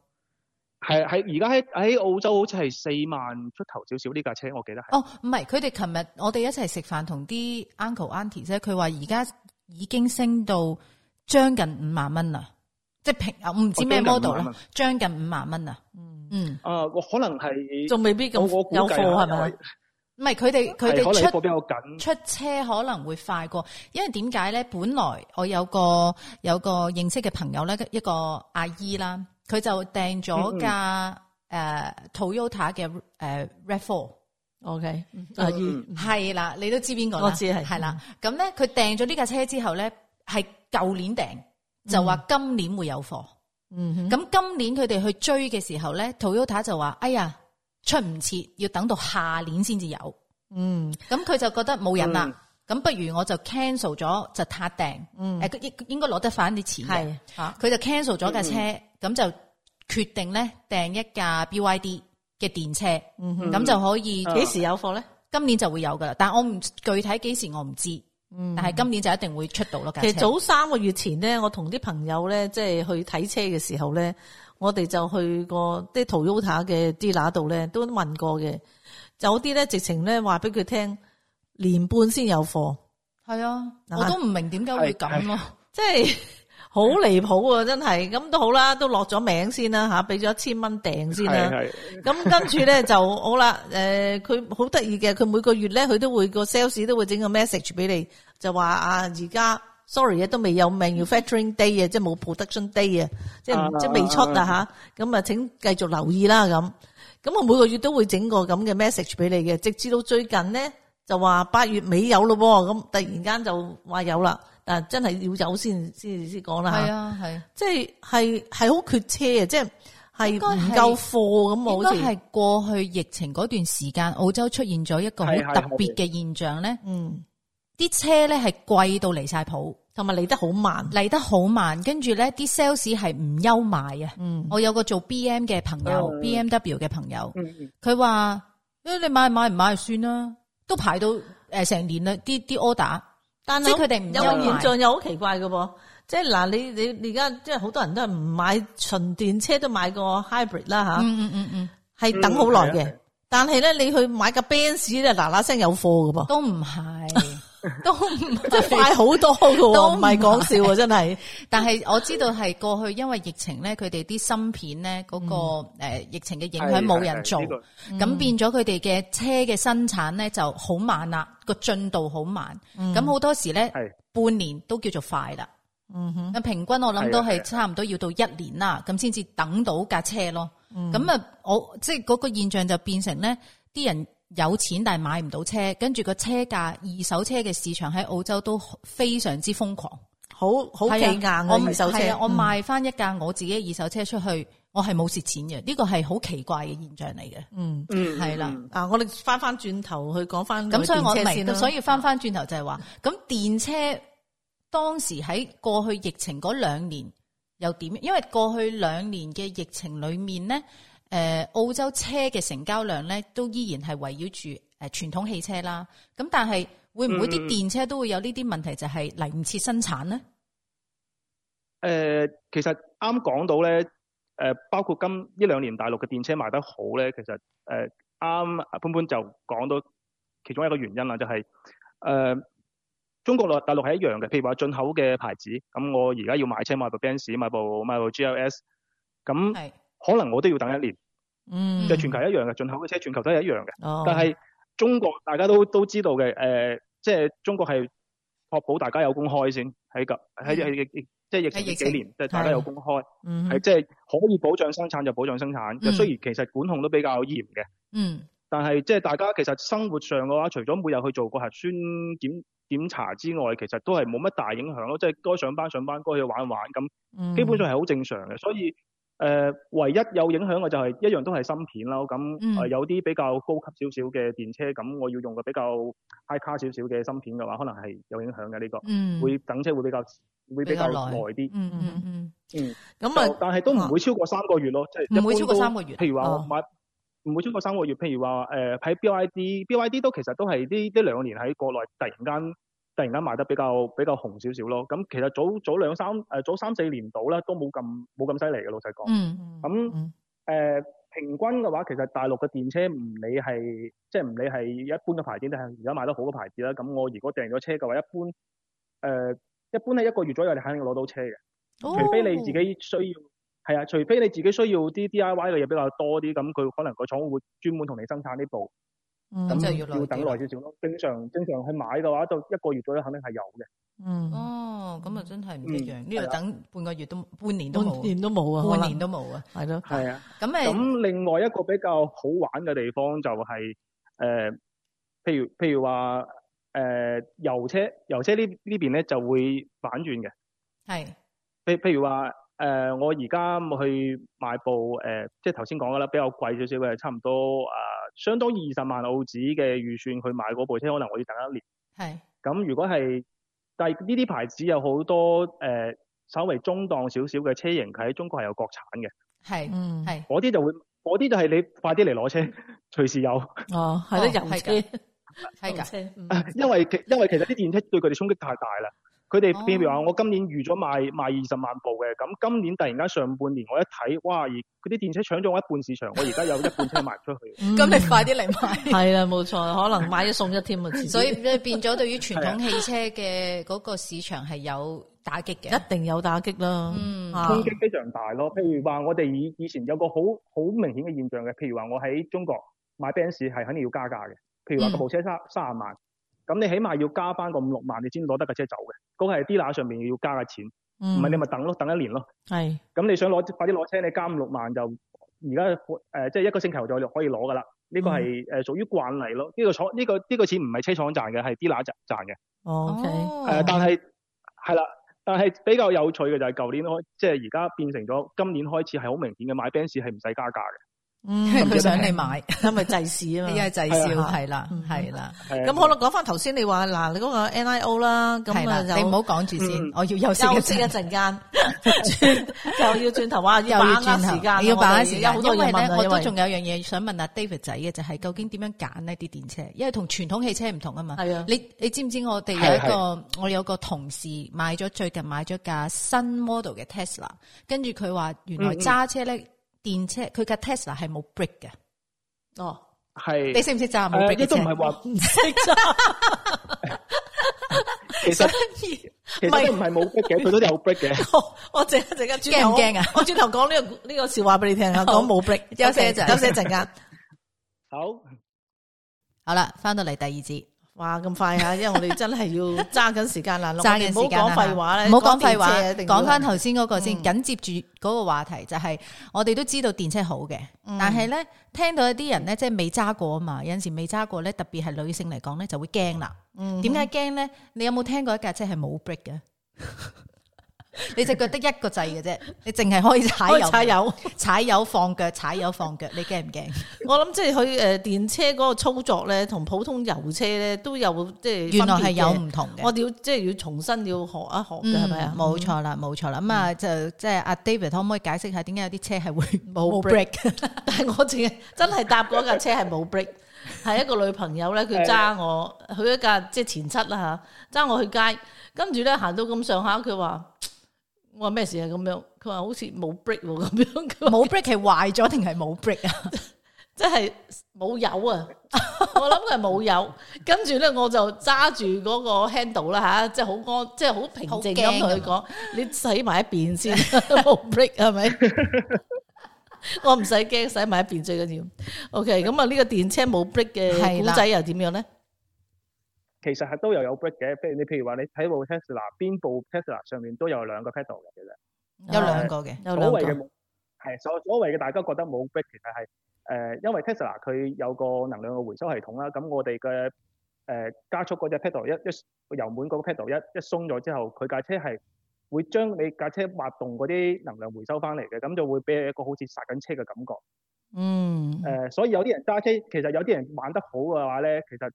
係係而家喺喺澳洲好似係四萬出頭少少呢架車，我記得係。哦，唔係，佢哋琴日我哋一齊食飯同啲 uncle auntie 啫，佢話而家已經升到將近五萬蚊啦，即係平，啊我唔知咩哦將 model 近50,000啦蚊，將近五萬蚊啦。嗯嗯，啊、我可能係仲未必咁我我估有計貨係啊因咪為？唔係佢哋佢係可能哋貨出比較緊。出車可能會快過，因為點解咧？本來我有個有個認識嘅朋友咧，一個阿姨啦，佢就訂嗯咗架誒 Toyota 嘅呃誒 Rav4。 O K，阿姨，嗯系啦，你都知邊個啦，啊我知係嗯系啦。咁咧，佢訂咗呢架車之後咧，係舊年訂，就話今年會有貨。嗯咁、今年佢哋去追嘅時候咧，Toyota 就話：哎呀，出唔切，要等到下年先至有。嗯咁佢就覺得冇人啦，咁、不如我就 cancel 咗就撻訂，嗯誒、佢應應該攞得翻啲錢嘅。係啊嗯吓，佢就 cancel 咗架車，咁、就決定咧訂一架 BYD 嘅電車，咁、嗯哼，嗯就可以啊幾時有貨咧？今年就會有噶啦，但我唔具體幾時我唔知，嗯但係今年就一定會出到咯。啊其實實早三個月前咧，我同啲朋友咧，即係去睇車嘅時候咧，我哋就去過啲 Toyota 嘅 dealer 度咧，都問過嘅。有啲咧直情咧話俾佢聽，年半先有貨，係啊，嗱我都唔明點解會咁咯。即係 (laughs) 好離譜啊！真係咁都好啦，都落咗名先啦吓，俾咗一千蚊訂先係啦。係咁跟住咧就好啦，诶、佢好得意嘅，佢每個月咧，佢都會個 sales 都會整個 message 俾你，就話啊，而家 sorry 啊，都未有 manufacturing day 啊，即係冇 production day 啊，即係唔啊即係未出啊吓，咁啊，請繼續留意啦咁。咁我每個月都會整個咁嘅 message 俾你嘅，直至到最近咧就話八月尾有咯喎，咁突然間就話有啦，但係真係要有先先先講啦吓係啊，係即係係係好缺車啊，即係係應該係唔夠貨咁應啊，該好似。係過去疫情嗰段時間，澳洲出現咗一個好係係特別嘅現象咧，嗯，啲車咧係貴到離晒譜，同埋嚟得好慢。嚟得好慢，跟住咧啲 sales 係唔憂賣啊。嗯，我有個做 B M 嘅朋友嗯，B M W 嘅朋友，嗯嗯佢話：誒你買唔買唔買就算啦，都排到誒成年啦，啲啲 order。但即係佢哋唔有憂個買現象又好奇怪嘅喎，即係嗱，你你你而家即係好多人都係唔買純電車，都買個 hybrid 啦啊吓，嗯嗯嗯嗯，係等好耐嗯係啊係嘅。但係咧，你去買架 Benz 咧，嗱嗱聲有貨嘅噃。 (laughs) 都唔係，都唔即系快好多噶都喎，唔唔係講笑啊，真係但係我知道係過去因為疫情咧，佢哋啲芯片咧嗰、個、呃疫情嘅影響冇人做，嗯係係係呢嗯個咁、變咗佢哋嘅車嘅生產咧就好慢啦，個進度好慢。咁好、多時咧嗯係半年都叫做快啦。嗯哼，咁平均我諗都係係啊係啊差唔多要到一年啦，咁先至等到架車咯。嗯咁啊、我即係嗰個現象就變成咧，啲人有錢但係買唔到車，跟住個車價二手車嘅市場喺澳洲都非常之瘋狂。好好企硬係啊啊，我二手車係啊，我嗯賣翻一架我自己嘅二手車出去，我係冇蝕錢嘅，呢個係好奇怪嘅現象嚟嘅。嗯。嗯，係啦嗯啊！我哋翻翻轉頭去講翻咁所以我電車先明，啦。所以翻翻轉頭就係話，咁電車當時喺過去疫情嗰兩年又點？因為過去兩年嘅疫情裡面咧，誒、澳洲車嘅成交量咧都依然係圍繞住誒傳統汽車啦。咁但係會唔會啲嗯電車都會有呢啲問題，就係嚟唔切生產咧？誒、呃其實啱講到咧，誒、包括今呢兩年大陸嘅電車賣得好咧，其實誒啱潘潘就講到其中一個原因啦，就係、誒中國內大陸係一樣嘅，譬如話進口嘅牌子，咁我而家要買車買部 Benz，買部買部 GLS，咁係可能我都要等一年，嗯，即係全球一樣嘅，進口嘅車全球都係一樣嘅。哦，但係中國大家都都知道嘅，誒、呃即係中國係確保大家有工開先喺個喺嗯喺即係疫情呢幾年，即係大家有工開，嗯係即係可以保障生產就保障生產。嗯雖然其實管控都比較嚴嘅，嗯。但係即係大家其實生活上嘅話，除咗每日去做個核酸檢檢查之外，其實都係冇乜大影響咯。即係該上班上班，該去玩玩咁。嗯基本上係好正常嘅，所以誒、呃唯一有影響嘅就係、一樣都係芯片啦。咁、嗯呃有啲比較高級少少嘅電車，咁我要用個比較 high 卡少少嘅芯片嘅話，可能係有影響嘅呢、個，嗯，會等車會比較會比較比較耐耐啲。嗯嗯嗯，嗯，咁就啊，但係都唔會超過三個月咯，即係一唔會般超過都三個月譬如話我哦買。唔會超過三個月，譬如話誒喺 BYD，BYD 都其實都係呢呢兩年喺國內突然間突然間賣得比較比較紅少少咯。咁其實早早兩三誒、呃早三四年到啦，都冇咁冇咁犀利嘅老實講。嗯咁嗯誒、平均嘅話，其實大陸嘅電車唔理係即係唔理係一般嘅牌子，定係而家賣得好嘅牌子啦。咁我如果訂咗車嘅話，一般誒、呃一般係一個月左右，你肯定攞到車嘅，除非你自己哦需要。係啊，除非你自己需要啲 D I Y 嘅嘢比較多啲，咁佢可能個廠會專門同你生產呢部，嗯咁就要耐要啲等啦耐少少咯。正常正常去買嘅話，就一個月左右肯定係有嘅。嗯哦，咁啊真係唔一樣，嗯呢度等半個月都半年都半冇年都冇啊，啊，半年都冇啊，系咯，係啊。咁咪咁另外一個比較好玩嘅地方就係、呃譬如譬如話誒、呃油車油車呢呢邊咧就會反轉嘅。係譬譬如話誒、呃我而家去買部誒、呃即係頭先講嘅啦，比較貴少少嘅，差唔多啊、相當二十萬澳紙嘅預算去買嗰部車，可能我要等一年。係咁如果係，但係呢啲牌子有好多誒、呃稍微中檔少少嘅車型，佢喺中國係有國產嘅。係哦嗯係嗰啲就會，嗰啲就係你快啲嚟攞車， (laughs) 隨時有。哦，係咯，哦油係車 (laughs) 係油㗎，車嗯。因為其因為其實啲電車對佢哋衝擊太大啦。佢哋哦譬如話，我今年預咗賣賣二十萬部嘅，咁今年突然間上半年我一睇，哇！而嗰啲電車搶咗我一半市場，我而家有一半車賣唔出去嗯咁你快啲嚟 (laughs) (laughs) 買。係啦，冇錯，可能買一送一添啊，遲啲所以咧變咗對於傳統汽車嘅嗰個市場係有打擊嘅，一定有打擊啦。嗯啊衝擊非常大咯。譬如話，我哋以以前有個好好明顯嘅現象嘅，譬如話我喺中國買 Benz 係肯定要加價嘅。譬如話個部車三三十萬，咁你起碼要加翻個五六萬，你先攞得架車走嘅。嗰、個係 D 拿上面要加嘅錢，唔唔係你咪等咯，等一年咯。系咁你想攞快啲攞車，你加五六萬就而家誒，即係一個星期後就可以攞噶啦。呢個係嗯誒屬於慣例咯。呢、個廠呢、個呢、個錢唔係車廠賺嘅，係啲乸賺賺嘅。誒、呃，O K，哦哦但係係啦，但係比較有趣嘅就係舊年開，即係而家變成咗今年開始係好明顯嘅買 Benz 係唔使加價嘅。嗯因為 (laughs) 佢想你買，哎因為制市啊 (laughs) 因嘛。為滯銷係啊係啦嗯係啦，係啊咁好啦，講翻頭先你話嗱，你嗰個 N I O 啦，係咁啦，啊你就唔好講住先嗯，我要休息休一息一陣。陣間， (laughs) 轉又要轉頭啊，又要把要握轉時間，頭，要把握時時間。間，好多因為嘢咧問，啊，我因都為仲有樣嘢想問阿 David 仔嘅，就係究竟點樣揀呢啲電車？因為同傳統汽車唔同啊嘛。係啊你你知唔知我哋有係一個我有個同事買咗最近買咗架新 model 嘅 Tesla，跟住佢話原來嗯嗯揸車咧電車佢架 Tesla 係冇 brake 嘅，哦， (laughs) 你係識唔識揸冇誒， brake 亦嘅都唔車？係話唔識揸，其實其唔係實都唔係冇 break 嘅，佢都有 break 嘅。我我陣陣間轉驚頭唔驚啊？我轉頭講呢個呢個笑話俾你聽啊，好講冇 break，休息一陣陣，休息一陣間。好，好啦，翻到嚟第二節，哇，咁快啊！因為我哋真係要揸緊 (laughs) 時間啦，揸緊我哋時唔間好啦講廢話咧，唔好講電廢車話一，定要講翻頭先嗰個先。嗯緊接住嗰個話題就係，我哋都知道電車好嘅，嗯但係咧聽到一啲人咧即係未揸過啊嘛，有陣時未揸過咧，特別係女性嚟講咧就會驚啦。嗯點解驚咧？你有冇聽過一架車係冇 brake 嘅？ (laughs) 你只腳得一個掣嘅啫，你淨係可以踩可以油，踩油？ (laughs) 踩油放腳，踩油放腳，你驚唔驚？我諗即係佢诶電車嗰個操作咧，同普通油車咧都有即係原來係分別嘅有唔同嘅。我哋要即係要重新要學一學嘅係咪啊嗯？冇錯啦，冇錯啦。咁啊，就即係阿 David 可唔可以解釋下點解有啲車係會冇 brake？但係我淨係真係搭嗰架車係冇 break，係一個女朋友咧，佢揸我去一架即係前七啦吓，揸我去街，跟住咧行到咁上下，佢話我話咩事啊咁樣，佢話好似冇 break 喎咁樣，佢話 (laughs) 冇 brake 係壞咗定係冇 brake 啊？即係冇油啊！ (laughs) 我諗佢係冇油，跟住咧我就揸住嗰個 handle 啦吓，即係好安，即係好平靜咁同佢講：你洗埋一邊先， (laughs) 冇 break 係咪？ (laughs) 我唔使驚，洗埋一邊最緊要。OK，咁啊呢個電車冇 break 嘅係啦古仔又點樣咧？其實係都有有 break 嘅。譬如你譬如話你睇部 Tesla，邊部 Tesla 上面都有兩個 pedal 嘅，其 (laughs) 實有兩個嘅，有兩所謂嘅個，冇係所所謂嘅大家覺得冇 break，其實係誒、呃因為 Tesla 佢有個能量嘅回收系統啦。咁我哋嘅誒加速嗰只 pedal 一一油門嗰個 pedal 一一鬆咗之後，佢架車係會將你架車滑動嗰啲能量回收翻嚟嘅，咁就會俾你一個好似剎緊車嘅感覺。嗯誒、所以有啲人揸車，其實有啲人玩得好嘅話咧，其實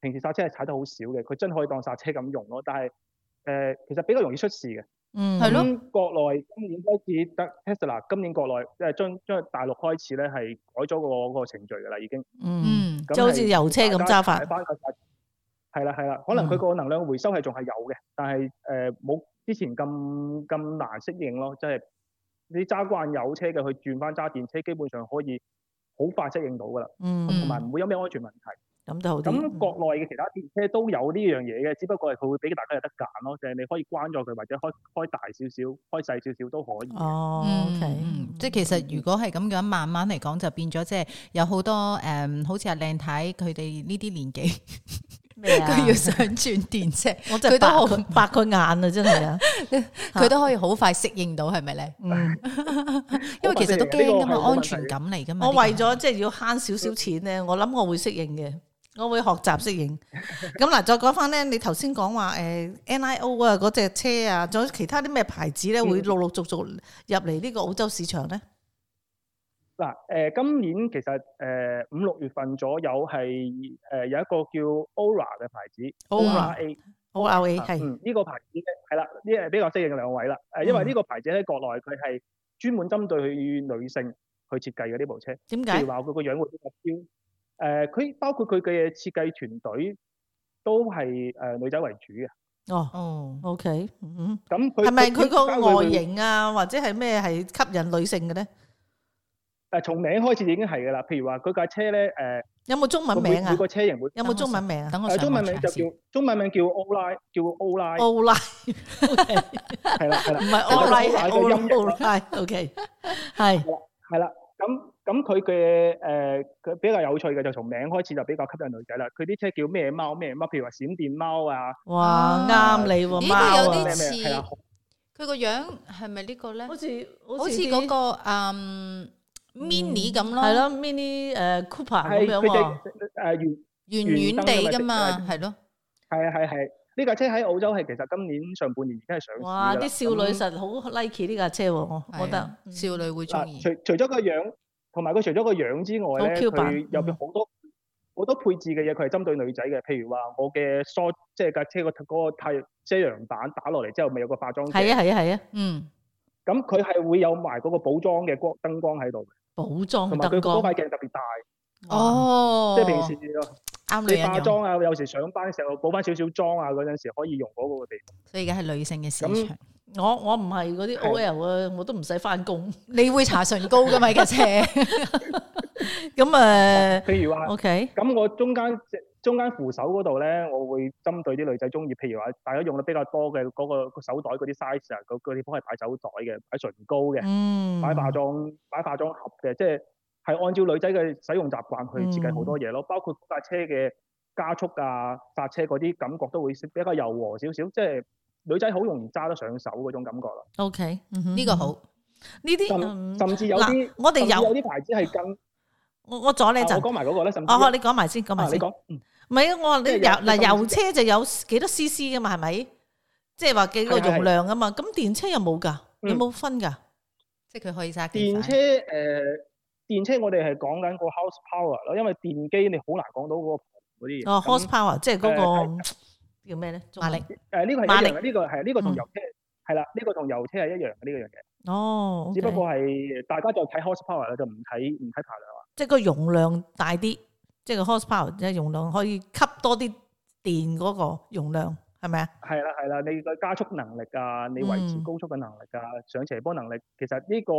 平時剎車係踩得好少嘅，佢真可以當剎車咁用咯。但係誒、其實比較容易出事嘅。嗯，係咯咁國內今年開始得 Tesla，今年國內即係將將大陸開始咧係改咗個個程序㗎啦，已經。嗯，嗯，咁即係好似係油車咁揸法嗯大家踩，翻個剎係啦係啦，可能佢個能量回收係仲係有嘅，但係誒冇之前咁咁難適應咯，即係你揸慣油車嘅，佢轉翻揸電車，基本上可以好快適應到㗎啦。同嗯，埋唔會有咩安全問題。咁都好啲。咁國內嘅其他電車都有呢樣嘢嘅，只不過係佢會俾大家有得揀咯，就係、你可以關咗佢，或者開開大少少、開細少少都可以。哦嗯，OK，嗯即係其實如果係咁樣慢慢嚟講，就變咗即係有好多誒、嗯好似阿靚太佢哋呢啲年紀，咩 (laughs) 啊佢要上轉電車，我真係佢都白好佢白佢眼啊！真係啊，佢都可以好快適應到，係咪咧？嗯。因為其實都驚噶嘛，好快適應呢個係冇問安全題嘅感嚟噶嘛。我呢個為咗即係要慳少少錢咧，我諗我會適應嘅，我會學習適應。 (laughs) 咁嗱，再講翻咧，你頭先講話诶 NIO 啊嗰只車啊，仲有其他啲咩牌子咧會陸陸續續入嚟呢個澳洲市場咧？嗱，誒、今年其實誒五六月份左右係誒、有一個叫 Aura 嘅牌子 Aura A，好 R A 嗯，啊係呢、個牌子咧係啦，呢係比較適應兩位啦。誒，因為嗯呢個牌子喺國內佢係專門針對佢女性去設計嘅呢部車。點譬解如？話佢個樣會比較嬌。誒、佢包括佢嘅設計團隊都係誒、女仔為主嘅。哦哦， ，OK，嗯，咁佢係咪佢包括個會外形啊，或者係咩係吸引女性嘅咧？誒從名開始已經係㗎啦？譬如話佢架車咧誒，有冇中文佢每名啊每？個車型會有冇中文名啊？等我誒上呃中網文名就 check 先叫中文名叫歐拉，叫歐拉，奧拉係啦係啦唔。係奧拉，係奧拉嘅音譯奧拉，OK，係係啦，咁咁佢嘅誒佢比較有趣嘅就從名開始就比較吸引女仔啦。佢啲車叫咩貓咩貓，譬如話閃電貓啊，哇，啱你喎，咦貓都有咩啲咩啊，係啦，佢個樣係咪呢個咧？好似好似啲嗰個嗯 mini 咁嗯咯，係咯，mini 誒 Cooper 啊咁係樣佢哋喎，誒原圓圓地噶嘛，圓係咯，係啊係啊係啊，呢架車喺澳洲係其實今年上半年已經係上市㗎哇！啦啲少女咁實好 like 呢架車喎，我係啊覺得少女會中意啊嗱，。除除咗個樣，同埋佢除咗個樣之外好嗯咧， Q 版佢有好多好多配置嘅嘢，佢係針對女仔嘅。譬如話我嘅梳，即係架車個嗰個太遮陽板打落嚟之後，咪有個化妝係鏡。啊係啊係啊，嗯，咁佢係會有埋嗰個補妝嘅光燈光喺度嘅，補妝同哦埋佢燈嗰塊光，鏡特別大，哦，即係平時啱女你人化用，妝啊，有時上班嘅時候補翻少少妝啊，嗰陣時可以用嗰個地方。所以而家係女性嘅市場。我我唔係嗰啲係 OL 啊，我都唔使翻工。 (laughs) 你會搽唇膏噶嘛？架車咁誒譬如話。 ，OK，咁我中間中間扶手嗰度咧，我會針對啲女仔中意，譬如話大家用得比較多嘅嗰、個個手袋嗰啲 size 啊，嗰個地方係擺手袋嘅，擺唇膏嘅。嗯，擺化妝擺化妝盒嘅，即係係按照女仔嘅使用習慣嗯去設計好多嘢咯，包括架車嘅加速啊、剎車嗰啲感覺都會比較柔和少少，即係女仔好容易揸得上手嗰種感覺咯。 OK，呢呢個好，呢啲嗯甚甚至有啲嗱，我哋甚至有有啲牌子係更，啊我我阻你一我陣，講埋嗰個咧，甚至哦，你講埋先，講啊埋你先。講，嗯唔係啊，我話你即係油有嗱有咁油車就有幾多 CC 噶嘛，係咪？即係話幾個係係係容量啊嘛。咁電車有冇㗎？嗯有冇分㗎？哦即係佢可以揸幾電快車誒電車呃我哋係講緊個 house power 咯，因為電機你好難講到嗰個嗰啲嘢。哦咁，horsepower 即係嗰誒個叫咩咧？中馬文力。誒呃呢個係馬一力樣嘅，呢個係呢個嗯同油車係啦，呢個同油車係一樣嘅呢樣嘢。哦，只不 OK 過係大家就睇 horsepower 啦，就唔睇唔睇排量啦。即係個容量大啲，即係個 horsepower 即係容量可以吸多啲電嗰個容量，係咪啊？係啦係啦，你個加速能力啊，你維持嗯高速嘅能力啊，上斜坡能力，其實呢、個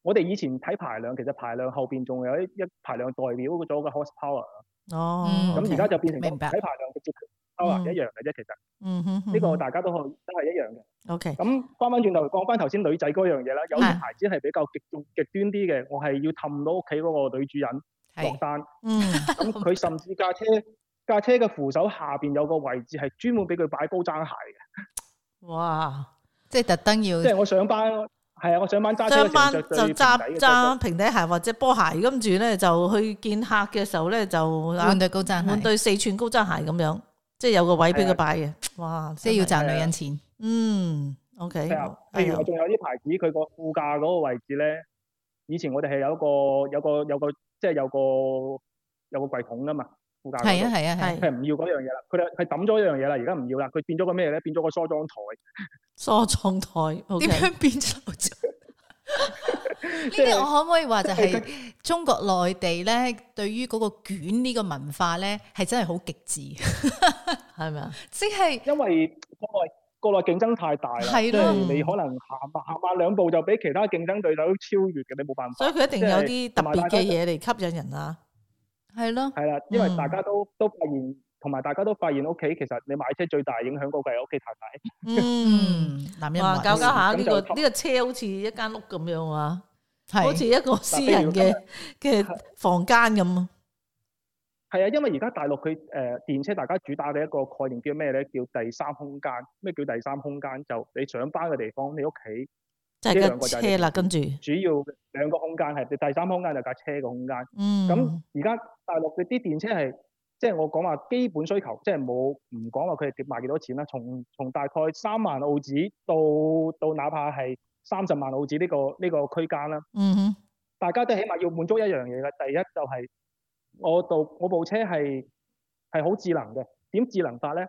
我哋以前睇排量，其實排量後邊仲有一一排量代表咗嘅 horsepower 啊。哦，嗯咁 OK 而家就變成明咗白睇排量嘅接 power 一樣嘅啫。其實嗯哼，呢個大家都可以都係一樣嘅。 O K，咁翻翻轉頭講翻頭先女仔嗰樣嘢啦，有係啲牌子係比較極極端啲嘅，我係要氹到屋企嗰個女主人落係單。嗯咁佢甚至架車架車嘅扶手下邊有個位置係專門俾佢擺高踭鞋嘅，哇，即係特登要即係我上班係啊，我上班揸車上嘅時候班着就對平底揸嘅揸啫。平底鞋或者波鞋，跟住咧就去見客嘅時候咧就啊換對高踭換鞋，對四寸高踭鞋咁樣，即係有個位俾佢擺嘅。哇！即係要真係賺女人錢。嗯，OK，係啊，哎譬呀如話仲有啲牌子，佢個副駕嗰個位置咧，以前我哋係有一個有個有個即係有個有個櫃桶噶嘛，副駕嗰度係啊係啊係啊，係佢係唔要嗰樣嘢啦，佢哋佢抌咗一樣嘢啦，而家唔要啦，佢變咗個咩咧？變咗個梳妝台，梳妝台，OK，點樣變咗做？呢即係啲我可唔可以話就係中國內地咧，對於嗰個卷呢個文化咧，係真係好極致，係咪啊？即係因為國內國內競爭太大啦，係即咯係你可能行行慢兩步就俾其他競爭對手超越嘅，你冇辦法。所以佢一定有啲特別即嘅係嘢嚟吸引人啊。係咯，係啦，因為大嗯家都都發現，同埋大家都發現屋企其實你買車最大影響嗰個係屋企太太。嗯，嗯，男人哇，話搞搞下呢個咁就呢個車好似一間屋咁樣啊，係好似一個私人嘅嘅房間咁啊。係啊，因為而家大陸佢誒、呃、電車大家主打嘅一個概念叫咩咧？叫第三空間。咩叫第三空間？就你上班嘅地方，你屋企就係呢兩架個就係車啦，跟住，主要兩個空間係你第三空間就架車嘅空間。嗯，咁而家大陸嘅啲電車係，即係我講話基本需求，即係冇唔講話佢哋賣幾多錢啦，從從大概三萬澳紙到到哪怕係三十萬澳紙呢、個呢、個區間啦，嗯哼，大家都起碼要滿足一樣嘢嘅，第一就係、我度我部車係係好智能嘅，點智能法咧？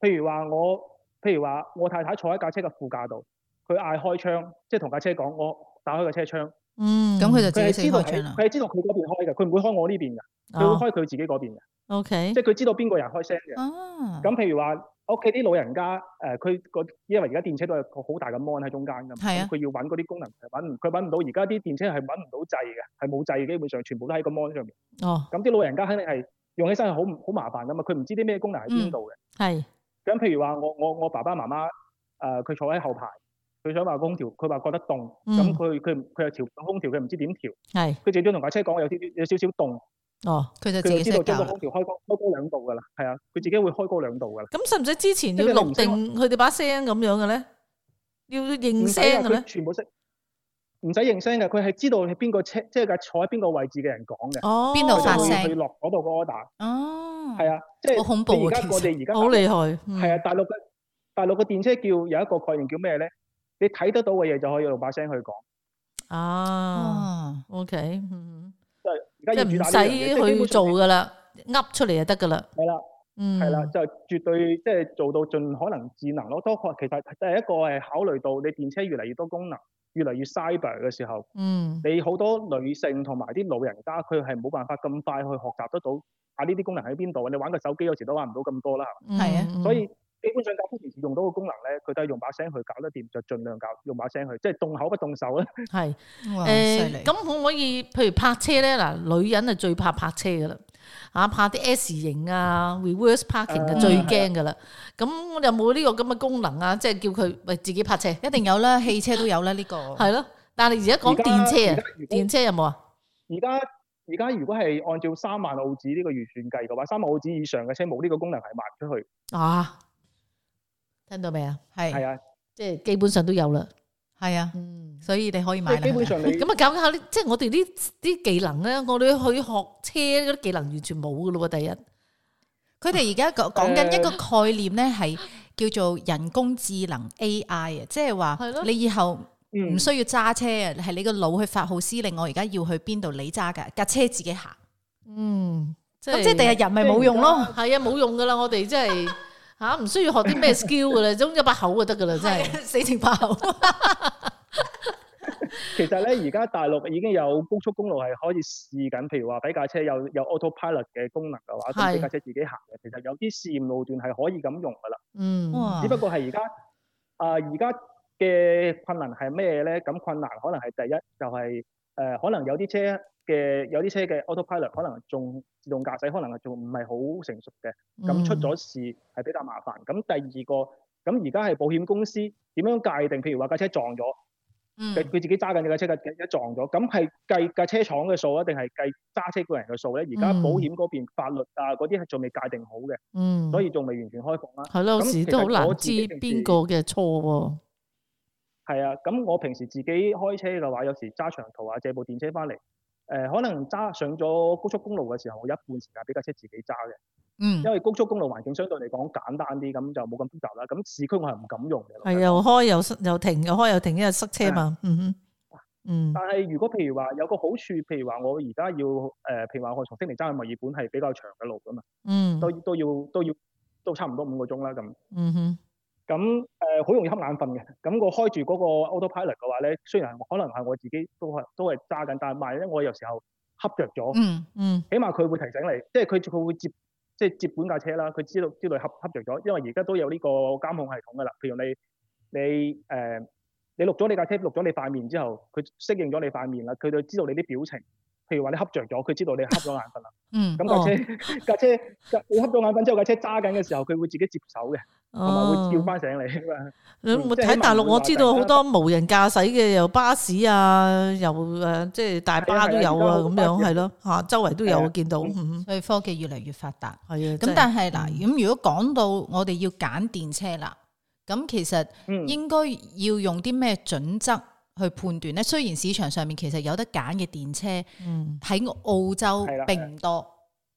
譬如話我譬如話我太太坐喺架車嘅副駕度，佢嗌開窗，即係同架車講我打開個車窗，嗯，咁佢就自佢己識係知道開喺窗啦啊佢，係知道佢嗰邊開嘅，佢唔會開我呢邊嘅，哦佢嗯會開佢自己嗰邊嘅。 ，OK，即係佢知道邊個人開聲嘅。啊，咁譬如話屋企啲老人家，誒佢個因為而家電車都有個好大嘅 mon 喺中間㗎嘛，係啊咁佢要揾嗰啲功能係揾唔，佢揾唔到。而家啲電車係揾唔到掣嘅，係冇掣嘅，基本上全部都喺個 mon 上面。哦，咁啲老人家肯定係用起身係好唔好麻煩㗎嘛，佢唔知啲咩功能喺嗯邊度嘅。係，咁譬如話我我我爸爸媽媽誒佢、坐喺後排，佢想話個空調，佢話覺得凍，嗯咁佢佢唔佢又調唔到空調，佢唔知點調，係，佢最終同架車講有少少有少少凍，哦。佢就自佢己就知識道教將個啦空。調開高開高兩度㗎啦，係啊，佢自己會開高兩度㗎啦。咁使唔使之前即要係你錄唔使話定佢哋把聲咁樣嘅咧？要唔認使聲嘅㗎佢咧？全部識，唔使認聲嘅，佢係知道係邊個車，即係架坐喺邊個位置嘅人講嘅，哦，邊度佢發就聲會去落嗰度個 order，哦，係啊，即係好恐怖啊你而家其實我哋而家好厲害，嗯係啊，，大陸嘅大陸嘅電車叫有一個概念叫咩咧？你睇得到嘅嘢就可以用把聲去講，啊啊，À, ，OK，嗯 Ừ. 即係而即係唔家要主打呢樣嘢使去，即係基本上做噶啦，噏出嚟就得噶啦，係啦嗯，係啦，就絕對即係做到盡可能智能咯。多確其實第一個係考慮到你電車越嚟越多功能，越嚟越 cyber 嘅時候。嗯，你好多女性同埋啲老人家，佢係冇辦法咁快去學習得到啊呢啲功能喺邊度。你玩個手機有時都玩唔到咁多啦，係嗯係啊嘛所以基本上架車平時用到嘅功能咧，佢都係用把聲去搞得掂，就盡量搞用把聲去，即係動口不動手啊啦。係。哇，犀利誒，咁可唔可以？譬如泊車咧，嗱，女人係最怕泊車噶啦。啊怕啲 À, S 型啊 reverse parking 嘅最驚噶啦。咁我有冇呢個咁嘅功能啊？即係叫佢喂自己泊車，一定有啦，汽車都有啦呢、個。係咯。但係而家講而家電車啊而家如，果電車有冇啊？而家而家如果係按照三萬澳紙呢個預算計嘅話，三萬澳紙以上嘅車冇呢個功能係賣出去，啊，聽到未啊？係係啊，即係基本上都有啦。係啊，嗯，所以你可以即買啦。係基本上你咁啊搞搞啲，即係我哋呢啲技能咧，我哋去學車嗰啲技能完全冇噶咯喎，第一。佢哋而家講講緊一個概念咧，係叫做人工智能 AI 啊，即係話係咯你以後嗯唔需要揸車啊，係你個腦去發號施令，我而家要去邊度，你揸㗎，架車自己行。嗯，即咁即係第日人咪冇用咯。係啊，冇用噶啦，我哋真 (laughs) 係吓唔需要學啲 (laughs) 咩 skill 噶啦，總之一把口就得噶啦，真係。係死情爆，其實咧，而家大陸已經有高速公路係可以試緊，譬如話俾架車有有 autopilot 嘅功能嘅話，係咁俾架車自己行嘅。其實有啲試驗路段係可以咁用㗎啦，嗯，哇只！不過係而家啊而家嘅困難係咩咧？咁困難可能係第一就係、呃可能有啲車嘅有啲車嘅 autopilot 可能仲自動駕駛，可能係仲唔係好成熟嘅。嗯咁出咗事係比較麻煩。咁第二個，咁而家係保險公司點樣界定？譬如話架車撞咗，嗯佢佢、自己揸緊架車，架架撞咗，咁係計架車廠嘅數啊，定係計揸車個人嘅數咧？而家嗯保險嗰邊法律啊嗰啲係仲未界定好嘅，嗯，所以仲未完全開放啦。係咯，有咁時其都好實我難自知己平時邊個嘅錯喎。係啊，咁我平時自己開車嘅話，有時揸長途啊，借部電車翻嚟。誒、可能揸上咗高速公路嘅時候，我有一半時間俾架車自己揸嘅，嗯因，為高速公路環境相對嚟講簡單啲，咁就冇咁複雜啦。咁市區我係唔敢用嘅。老實係啊又開又塞又停，又開又停，因為塞車嘛。嗯嗯，但係如果譬如話有個好處，譬如話我而家要誒、呃譬如話我從悉尼揸去墨爾本係比較長嘅路㗎嘛，嗯都都要都要都差唔多五個鐘啦咁。嗯哼，咁誒好容易瞌眼瞓嘅。咁我開住嗰個 autopilot 嘅話咧，雖然係可能係我自己都係都係揸緊，但係萬一我有時候瞌着咗，嗯嗯起碼佢會提醒你，即係佢佢會接即係接管架車啦，佢知道知道你瞌瞌著咗，因為而家都有呢個監控系統㗎啦。譬如你你誒、呃你錄咗你架車，錄咗你塊面之後，佢適應咗你塊面啦，佢就知道你啲表情。譬如話你瞌着咗，佢知道你瞌咗眼瞓啦。嗯咁架車架車架你瞌咗眼瞓之後，架車揸緊嘅時候，佢會自己接手嘅，同埋哦會叫翻醒你啊㗎嘛。你冇嗯即係睇起碼大陸，唔會嗯話我知道突好然間多無人駕駛嘅，又巴士啊，又誒即係大巴都有係啊啊，而家好咁多樣巴士係咯嚇，周圍都有係啊啊見到，嗯所以科技越嚟越發達。係啊。咁真但係嗯嗱，咁如果講到我哋要揀電車啦，咁其實嗯，應該要用啲咩準則去判斷咧？雖然市場上面其實有得揀嘅電車嗯喺澳洲係啦並唔多，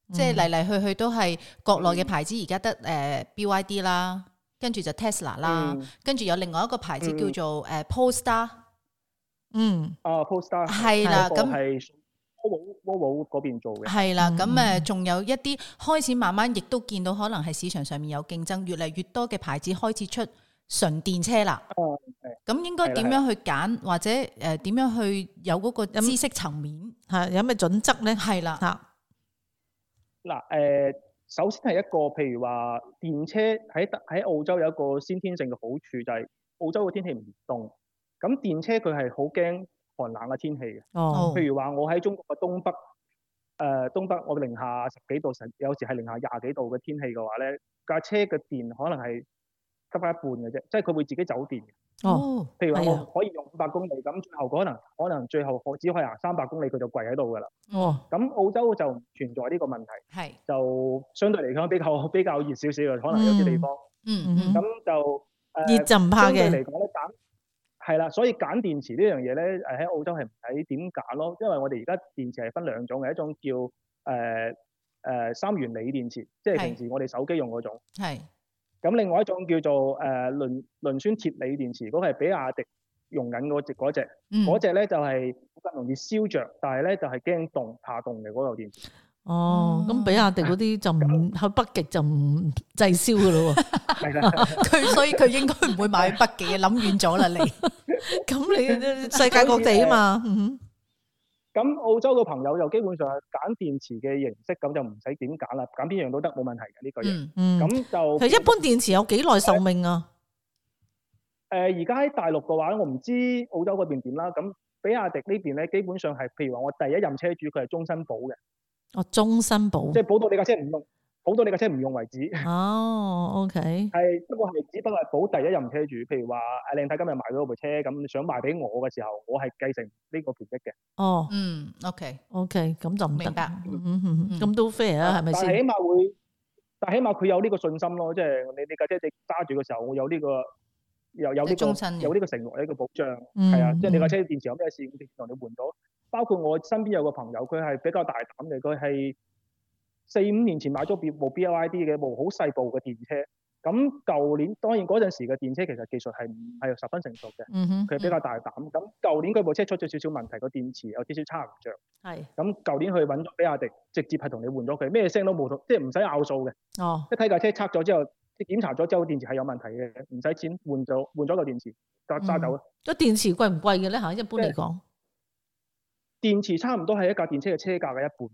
嗯即係嚟嚟去去都係國內嘅嗯牌子，而家得呃誒 BYD 啦，跟住就 Tesla 啦，嗯跟住有另外一個牌子嗯叫做誒呃 Polestar，嗯啊 Polestar 係啦，嗰個咁。係 Volvo Volvo 嗰邊做嘅。系啦，嗯咁嗯誒，仲有一啲開始慢慢亦都見到，可能係市場上面有競爭，越嚟越多嘅牌子開始出純電車啦。哦咁應該點樣去揀，或者誒點樣去有嗰個知識層面？係嗯有咩準則咧？係啦，啊嚇嗱，誒、首先係一個譬如話電車喺德喺澳洲有一個先天性嘅好處，就係、澳洲嘅天氣唔凍，咁電車佢係好驚寒冷嘅天氣嘅。哦哦譬如話我喺中國嘅東北，誒、東北我零下十幾度，甚有時係零下廿幾度嘅天氣嘅話咧，架車嘅電可能係得翻一半嘅啫，即係佢會自己走電嘅。哦，哦，譬如話係啊我可以用五百公里，咁最後可能可能最後可只可以行三百公里，佢就跪喺度㗎啦。哦咁澳洲就唔存在呢個問題。係，就相對嚟講比較比較熱少少嘅，可能有啲地方嗯嗯嗯咁、就呃誒熱就唔怕相對嘅嚟，講咧揀係啦，所以揀電池呢樣嘢咧誒喺澳洲係唔睇點揀咯，因為我哋而家電池係分兩種嘅，一種叫誒誒、呃三元鋰電池，即係係平時我哋手機用嗰種，係，咁另外一種叫做誒磷磷酸鐵鋰電池，嗰、個係比亞迪用緊嗰只嗰只，嗯嗰只咧就係好容易燒着，但係咧就係驚凍怕凍嘅嗰嚿電池。哦，咁比亞迪嗰啲就哦唔喺北極就唔滯銷噶咯 (laughs) 喎，係啦。 (laughs) 佢所以佢應該唔會買北極嘅，諗遠咗啦 (laughs) 你。咁你世界各地啊嘛，嗯咁澳洲嘅朋友就基本上係揀電池嘅形式，咁就唔使點揀啦，揀邊樣都得冇問題嘅呢個嘢。嗯嗯，咁就佢一般電池有幾耐壽命啊？呃誒，而家喺大陸嘅話，我唔知澳洲嗰邊點啦。咁比亞迪呢邊咧，基本上係譬如話我第一任車主佢係終身保嘅，哦，終身保即係保到你架車唔用，保到你架車唔用為止。 (laughs) 哦，OK，係不過係只不過係保第一任車主，譬如話阿靚太今日買咗部車，咁想賣俾我嘅時候，我係繼承呢個權益嘅。哦嗯，OK， ，OK，咁就唔得，明白嗯嗯嗯嗯咁都 fair 啊，係咪但係先？起碼會，但係起碼佢有呢個信心咯，即係你你架車你揸住嘅時候，我有呢、個又有呢、個終身嘅有呢個承諾，有呢個保障。嗯係啊，即係你架嗯車電池有咩事，電池同你換咗。包括我身邊有個朋友，佢係比較大膽嘅，佢係四五年前買咗部部 BLID 嘅部好細部嘅電車。咁舊年當然嗰陣時嘅電車其實技術係唔係十分成熟嘅，嗯哼，佢比較大膽。咁舊年佢部車出咗少少問題，個電池有少少差唔着。係，咁舊年去揾咗比亞迪，直接係同你換咗佢，咩聲都冇，即係唔使拗數嘅。哦，一睇架車拆咗之後，檢查咗之後，電池係有問題嘅，唔使錢換咗換咗個電池，就揸走啦。個電池貴唔貴嘅咧吓？一般嚟講，電池差唔多係一架電車嘅車價嘅一半。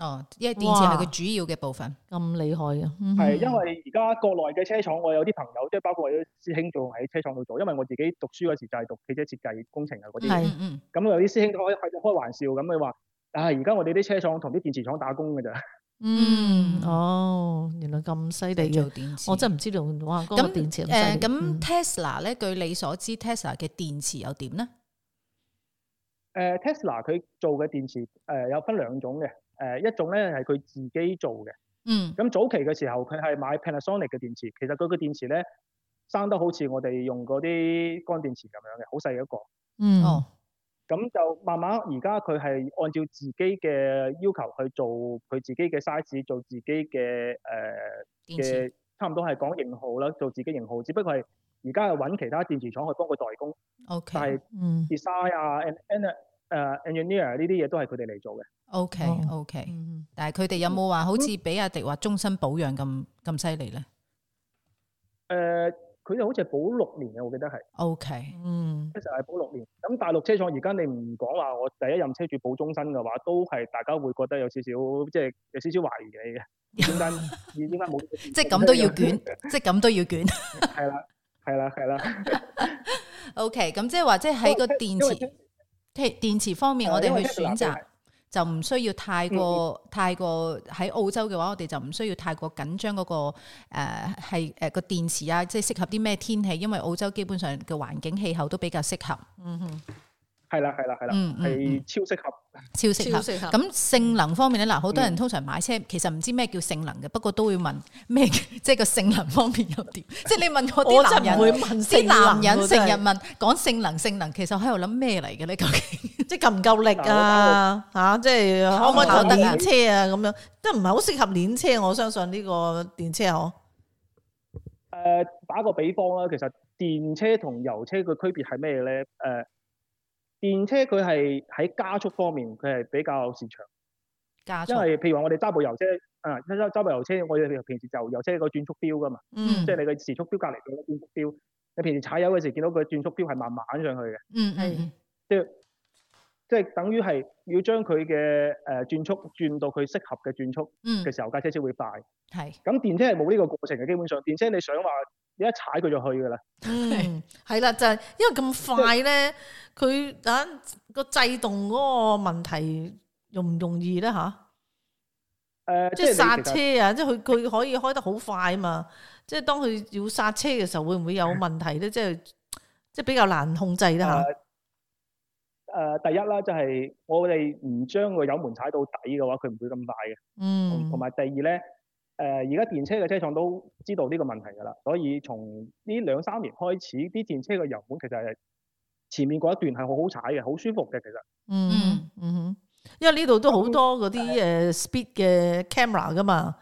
哦，因為電池係哇佢主要嘅部分。咁厲害嘅，嗯係哼因為而家國內嘅車廠，我有啲朋友，即係包括我有啲師兄仲喺車廠度做，因為我自己讀書嗰時就係讀汽車設計工程啊嗰啲係嘢。嗯嗯，咁有啲師兄都開開開玩笑咁，佢話：啊，而家我哋啲車廠同啲電池廠打工㗎咋。嗯，哦，原來咁犀利嗯嘅做。電池。我真係唔知道，哇！嗰、個電池咁犀誒利呃咁嗯 Tesla 咧，據你所知，Tesla 嘅電池又點咧？誒、Tesla 呃佢做嘅電池誒、呃有分兩種嘅，誒、呃一種咧係佢自己做嘅。嗯咁早期嘅時候，佢係買 Panasonic 嘅電池，其實佢個電池咧生得好似我哋用嗰啲乾電池咁樣嘅，好細一個。嗯，哦咁就慢慢而家佢係按照自己嘅要求去做佢自己嘅 size，做自己嘅誒電池嘅，差唔多係講型號啦，做自己型號，只不過係而家係揾其他電池廠去幫佢代工，但 OK 係嗯 design 啊、and and 誒 engineer 啊呢啲嘢都係佢哋嚟做嘅。 OK 哦 OK，嗯但係佢哋有冇話好似比亞迪話終身保養咁咁犀利咧誒，呃佢哋好似係保六年嘅，啊我記得係， ？OK，嗯，其實係保六年。咁大陸車廠而家你唔講話我第一任車主保終身嘅話，都係大家會覺得有少少即係有少少懷疑你嘅。點解點解冇？嗯即 (laughs) 即係咁都要啊 (laughs) 捲，即係咁都要捲。 (laughs) 係啦，係啦，係啦。 OK，咁即係話即係喺個電池因為電電池方面，係啊嗯我哋因為去選 Tesla 擇就唔需要太過太過喺澳洲嘅話，我哋就唔需要太過緊張嗰個誒係誒個電池啊，即係適合啲咩天氣，因為澳洲基本上嘅環境氣候都比較適合，係啦，係啦，係啦，嗯嗯係超適合。超適合。適咁性能方面咧，嗱，好多人通常買車其實唔知咩叫性能嘅，不過都會問咩 (laughs) 叫，即係個性能方面又 (laughs) 點？即係你問我啲我真係男唔會人，問啲性男能人成喎真日係問講性能性能，其實我喺度諗咩嚟嘅咧？究竟即係夠唔夠力啊？嚇，即係可唔可以跑唔跑同得啊練車啊？咁樣都唔係好適合練車，我相信呢個電車嗬。誒、呃打個比方啦，其實電車同油車嘅區別係咩咧？誒、電車佢係喺加速方面佢係比較擅長。加速因為譬如話我哋揸部油車，啊揸揸部油車，我哋平時就油車個轉速表噶嘛，嗯即係你嘅時速表隔離嘅轉速表。你平時踩油嗰時見到佢轉速表係慢慢上去嘅，嗯嗯即係等於係要將佢嘅誒轉速轉到佢適合嘅轉速嗯，嘅時候，架車先會快。係咁電車係冇呢個過程嘅，基本上電車你想話你一踩佢就去㗎啦。嗯，係啦，就係因為咁快咧，佢啊個制動嗰個問題容唔容易咧嚇？誒、即係係你剎其實車啊！即係佢佢可以開得好快嘛！即係當佢要剎車嘅時候，會唔會有問題咧？即係即係比較難控制啦誒誒第一啦，就係、我哋唔將個油門踩到底嘅話，佢唔會咁快嘅。同嗯同，埋第二咧，誒而家電車嘅車廠都知道呢個問題㗎啦，所以從呢兩三年開始，啲電車嘅油門其實係前面嗰一段係好好踩嘅，好舒服嘅其實。嗯嗯哼，因為呢度都好多嗰啲誒呃 speed 嘅 camera 噶嘛，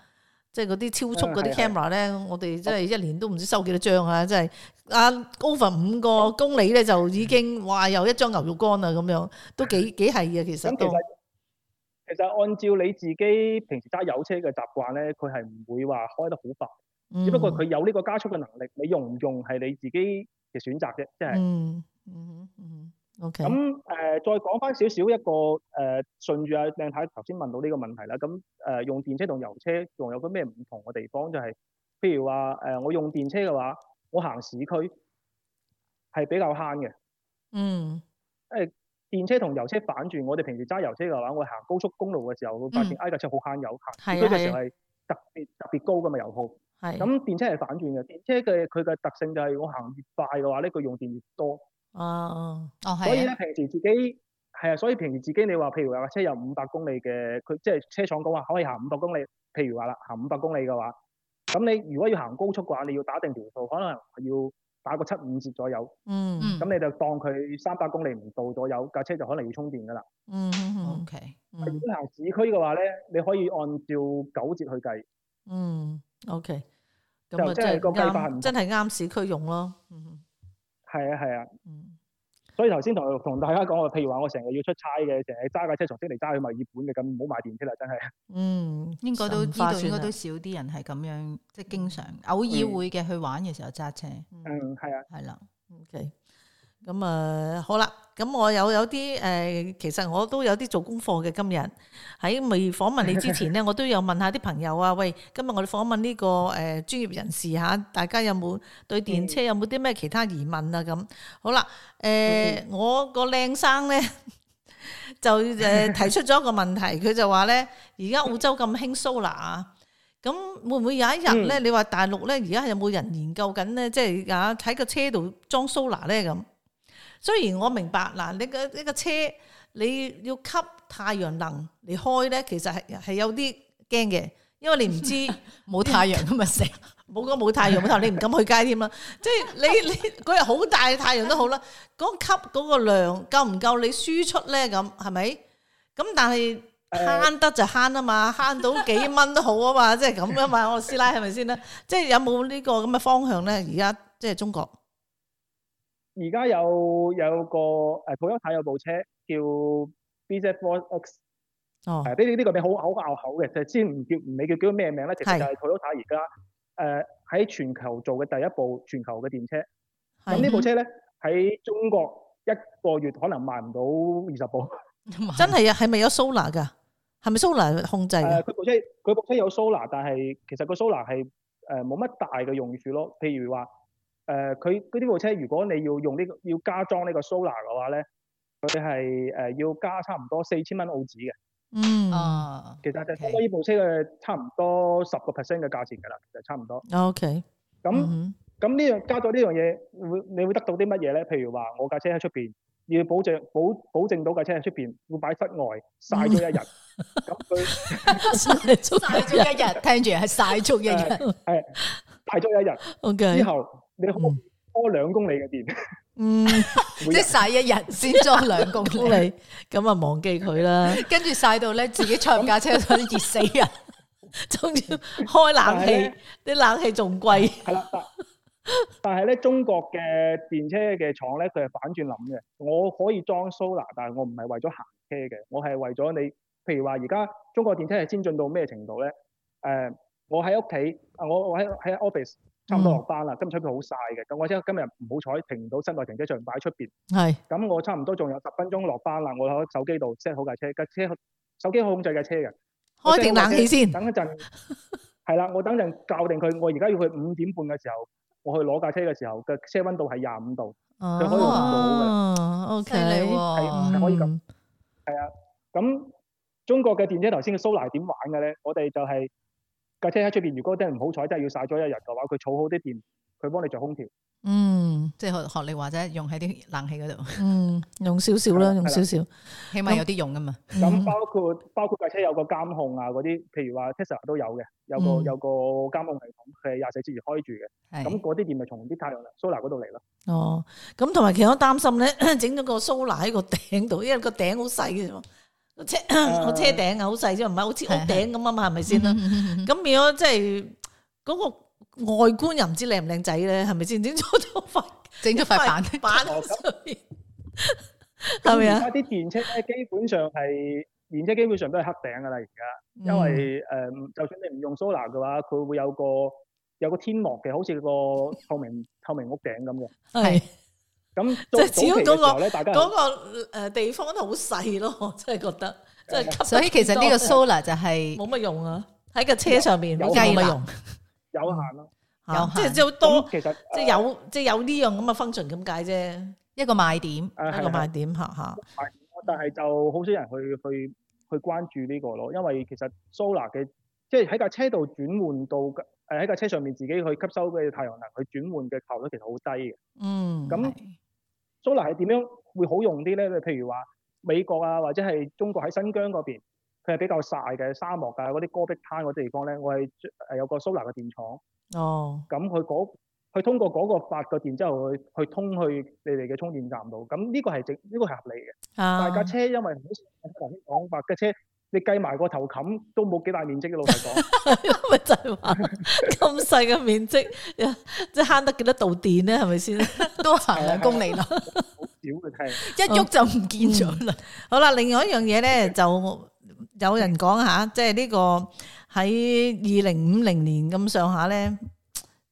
即係嗰啲超速嗰啲嗯係哦 camera 咧，我哋真係一年都唔知收幾多張啊！真係啊，over 五個嗯公里咧就已經哇又一張牛肉乾啊咁樣，都幾幾係嘅其實咁都其實其實按照你自己平時揸油車嘅習慣咧，佢係唔會話開得好快，只不過嗯佢有呢個加速嘅能力，你用唔用係你自己嘅選擇啫，即係。嗯嗯嗯哼，OK，咁誒、呃再講翻少少一個誒、呃，順住阿靚太頭先問到呢個問題啦。咁誒、呃用電車同油車仲有個咩唔同嘅地方？就係、譬如話誒、呃我用電車嘅話，我行市區係比較慳嘅，嗯電車同油車反轉，我哋平時揸油車嘅話，我行高速公路嘅時候會發現嗯，哎架車好慳油，係啊行市區嘅時係候係特別特別高㗎嘛油耗。係啊咁電車係反轉嘅，電車嘅佢嘅特性就係我行越快嘅話咧，佢用電越多。啊，哦所以係咧啊，平時自己係啊，所以平時自己你話，譬如話架車有五百公里嘅，佢即係車廠講話可以行五百公里，譬如話啦，行五百公里嘅話，咁你如果要行高速嘅話，你要打定條數，可能要打個七五折左右，嗯嗯咁你就當佢三百公里唔到左右，架車就可能要充電㗎啦。嗯嗯 OK，如嗯果行市區嘅話咧，你可以按照九折去計，嗯，OK，咁啊就真真係係個計法啱，唔真係啱市區用咯，嗯係啊係啊。嗯所以頭先同同大家講話，譬如話我成日要出差嘅，成日揸架車從悉尼揸去墨爾本嘅，咁唔好買電車啦，真係。嗯，應該都神呢化度應該算都啦少啲人係咁樣，即係經常偶爾會嘅去玩嘅時候揸車，嗯，係啊，係啦， OK，咁啊好啦，咁我有有啲誒、呃其實我都有啲做功課嘅。今日喺未訪問你之前呢，我都有問下啲朋友啊，喂，今日我哋訪問呢、個誒、呃、專業人士嚇、大家有冇對嗯電車有冇啲咩其他疑問啊？咁好啦，誒、 (laughs) 我個靚生呢。就誒、呃提出咗一個問題，佢就話呢：而家澳洲咁興 solar 啊咁會唔會有一日咧？你話大陸咧，而家有冇人研究緊咧？即係啊喺個車度裝 solar 咧咁。雖然我明白嗱，你個呢個車你要吸太陽能嚟開咧，其實係係有啲驚嘅，因為你 (laughs) 唔知冇太陽咁咪啊死， (laughs) 冇講冇太陽，冇頭你唔敢去街添啦。 (laughs) 即係你你嗰日好大嘅太陽都好啦，嗰吸嗰個量夠唔夠你輸出咧？咁係咪？咁但係慳得就慳啊嘛，慳到幾蚊都好啊嘛， (laughs) 即係咁啊嘛，我師奶係咪先啦？即係有冇呢個咁嘅方向咧？而家即係中國，而家有有個誒 Toyota 有部車叫 BZ4X，哦，誒呢呢個名好好拗口嘅，就先唔叫唔理叫叫咩名咧，其實就係 Toyota 而家誒喺全球做嘅第一部全球嘅電車。咁呢部車咧喺中國一個月可能賣唔到二十部。嗯真係啊，係咪有 solar 噶？係咪 solar 控制誒㗎？呃佢部車佢部車有 solar，但係其實個 solar 係誒冇乜大嘅用處咯。譬如話誒，佢佢呢部車如果你要用呢、個要加裝呢個 solar 嘅話咧，佢係呃誒要加差唔多四千蚊澳紙嘅。嗯 (laughs) 啊，其實就 OK 相當於部車嘅差唔多十個 percent 嘅價錢㗎啦，其實差唔多。 ，OK，咁 (laughs) 嗯咁呢樣加咗呢樣嘢，會你會得到啲乜嘢咧？譬如話，我架車喺出邊，要保證保保證到架車喺出邊會擺室外曬咗一日，嗯咁佢晒足一日，聽住係晒足一日，係曬咗一日。之 (laughs) ，OK，後你可哎嗯多兩公里嘅電， (laughs) 嗯， (laughs) 即每係日晒一日先裝兩公好里，你咁啊，忘記佢啦。跟住晒到咧自己坐架車想熱死人，仲要開冷氣，啲冷氣仲貴。係啦。但但係咧，中國嘅電車嘅廠咧，佢係反轉諗嘅。我可以裝 solar，但係我唔係為咗行車嘅，我係為咗你。譬如話，而家中國電車係先進到咩程度咧？誒、我喺屋企，啊我我喺喺 office，差唔多落班啦。今日出邊好曬嘅，咁我即係今日唔好彩停唔到室內停車場，擺喺出邊。係，咁我差唔多仲有十分鐘落班啦，我喺手機度 set 好架車，架車手機可以控制架車嘅。 (laughs) 開定冷氣先。等一陣，係啦，我等陣校定佢，我而家要去五點半嘅時候，我去攞架車嘅時候，嘅車温度係廿五度。可以用到哦犀利，OK，喎！係可以咁啊嗯咁中國嘅電車頭先嘅 solar 點玩嘅咧？我哋就係、架車喺出邊，如果真係唔好彩，真係要曬咗一日嘅話，佢儲好啲電，佢幫你 (laughs) 着空調。嗯即係學學你話齋，用喺啲冷氣嗰度，嗯，用少少啦，係啦用少少。起碼有啲用噶嘛。咁包括包括架車有個監控啊，嗰啲譬如話 Tesla 都有嘅，有個、嗯有個監控系統，佢係廿四小時開住嘅。係咁嗰啲電咪從啲太陽能 solar 嗰度嚟咯。哦，咁同埋其實我擔心咧， (coughs) 整咗個 solar 喺個頂度，因為個頂好細嘅啫嘛，個車個車頂啊好細啫，唔係好似屋頂咁啊嘛，係咪先啦？咁咁變咗即係嗰個外觀又唔知靚唔靚仔咧，係咪先？整咗咗塊整咗塊板，板哦喺上面，咁係咪而啊？家啲電車咧，基本上係電車基本上都係黑頂㗎啦，而家。嗯嗯因為誒、就算你唔用 solar 嘅話，佢會有個有個天幕嘅，好似個 (laughs) 透明透明屋頂咁嘅。嗯係。咁即早係早始期終嗰嘅時個候咧，大家嗰個誒地方都好細咯，我真係覺得，真係吸得所以其實呢個幾 solar 就係多冇乜用啊！喺個車上面有冇乜雞肋用，有限咯。有啊即係限即係好多咁，其實呃即係有即係有呢樣咁嘅啊 function 咁解啫，一個賣點。誒一個呃係啊賣係啊點嚇嚇。但係就好少人去去去關注呢個咯，因為其實 solar 嘅即係喺架車度轉換到誒喺架車上面自己去吸收嘅太陽能去轉換嘅效率其實好低嘅。嗯，咁 solar 係點樣會好用啲咧？譬如話美國啊，或者係中國喺新疆嗰邊，佢係比較晒嘅沙漠啊，嗰啲戈壁灘嗰啲地方咧，我係誒有個 solar 嘅電廠，哦，咁佢嗰佢通過嗰個發個電之後，去去通去你哋嘅充電站度，咁呢個係正呢個係合理嘅。啊但 (laughs) 係架車因為好似頭先講話架車，你計埋個頭冚都冇幾大面積嘅，老實講。咪就係話咁細嘅面積，即係慳得幾多度電咧？係咪先？都行兩公里啦，好少嘅係，一喐就唔見咗啦。 (laughs) 好啦，另外一樣嘢咧，就有人講下，即係呢個喺二零五零年咁上下咧，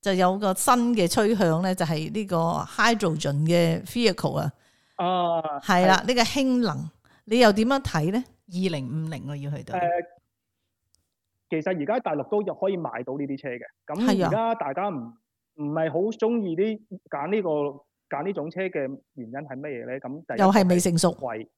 就有個新嘅趨向咧，就係呢個 hydrogen 嘅 vehicle 啊，啊係啦，呢個氫能，你又點樣睇咧？二零五零我要去到誒、，其實而家大陸都有可以買到呢啲車嘅。係咁啊而家大家唔唔係好中意啲揀呢個揀呢種車嘅原因係乜嘢咧？咁第一又係個未成熟，貴。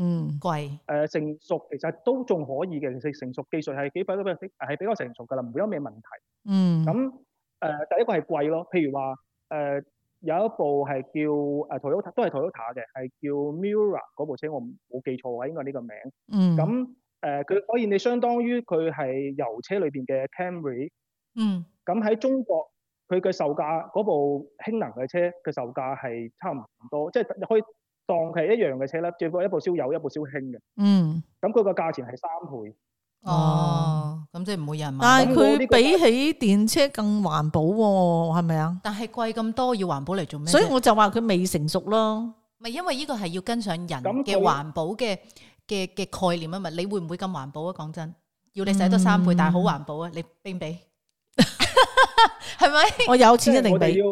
嗯，貴誒、成熟其實都仲可以嘅，其實成熟技術係幾比較係比較成熟㗎啦，唔會有咩問題。嗯，咁誒、呃第一個係貴咯，譬如話誒、呃有一部係叫誒、呃 Toyota 都係 Toyota 嘅，係叫 Mira 嗰部車，我唔冇記錯啊，應該係呢個名。嗯，咁誒佢可以你相當於佢係油車裏邊嘅 Camry，嗯咁喺中國佢嘅售價嗰部氫能嘅車嘅售價係差唔多，即係你可以當佢係一樣嘅車啦，只不過一部燒油一部燒氫嘅，嗯，咁佢個價錢係三倍。哦，咁即係唔會有人買但咯。係佢比起電車更環保喎，係咪啊？但係貴咁多，要環保嚟做咩啫？所以我就話佢未成熟咯。咪因為呢個係要跟上人咁嘅佢環保嘅嘅嘅概念啊嘛，你會唔會咁環保啊？講真，要你使多三倍，嗯但係好環保啊！你俾唔俾？ (laughs) 係咪？我有錢一即係定我哋俾，要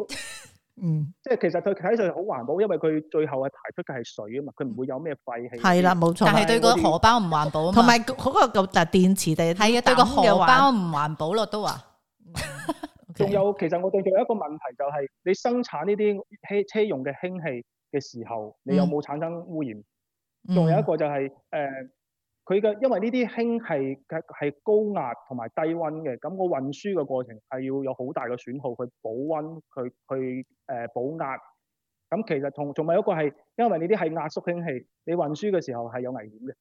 嗯，即係其實佢睇上去好環保，因為佢最後係排出嘅係水啊嘛，佢唔會有咩廢氣。係啦，，冇錯但啦。係對個荷包唔環保啊同嘛，埋嗰個嚿嗱電池第係啊，對個荷包唔環保咯，都話嗯 (laughs) 仲有其實我哋仲有一個問題就係、你生產呢啲車車用嘅氫氣嘅時候，嗯你有冇產生污染？仲、有一個就係、誒，佢嘅因為呢啲氫係係係高壓同埋低温嘅，咁我運輸嘅過程係要有好大嘅損耗去保温，去去誒呃保壓。咁其實同仲有一個係，因為呢啲係壓縮氫氣，你運輸嘅時候係有危險嘅。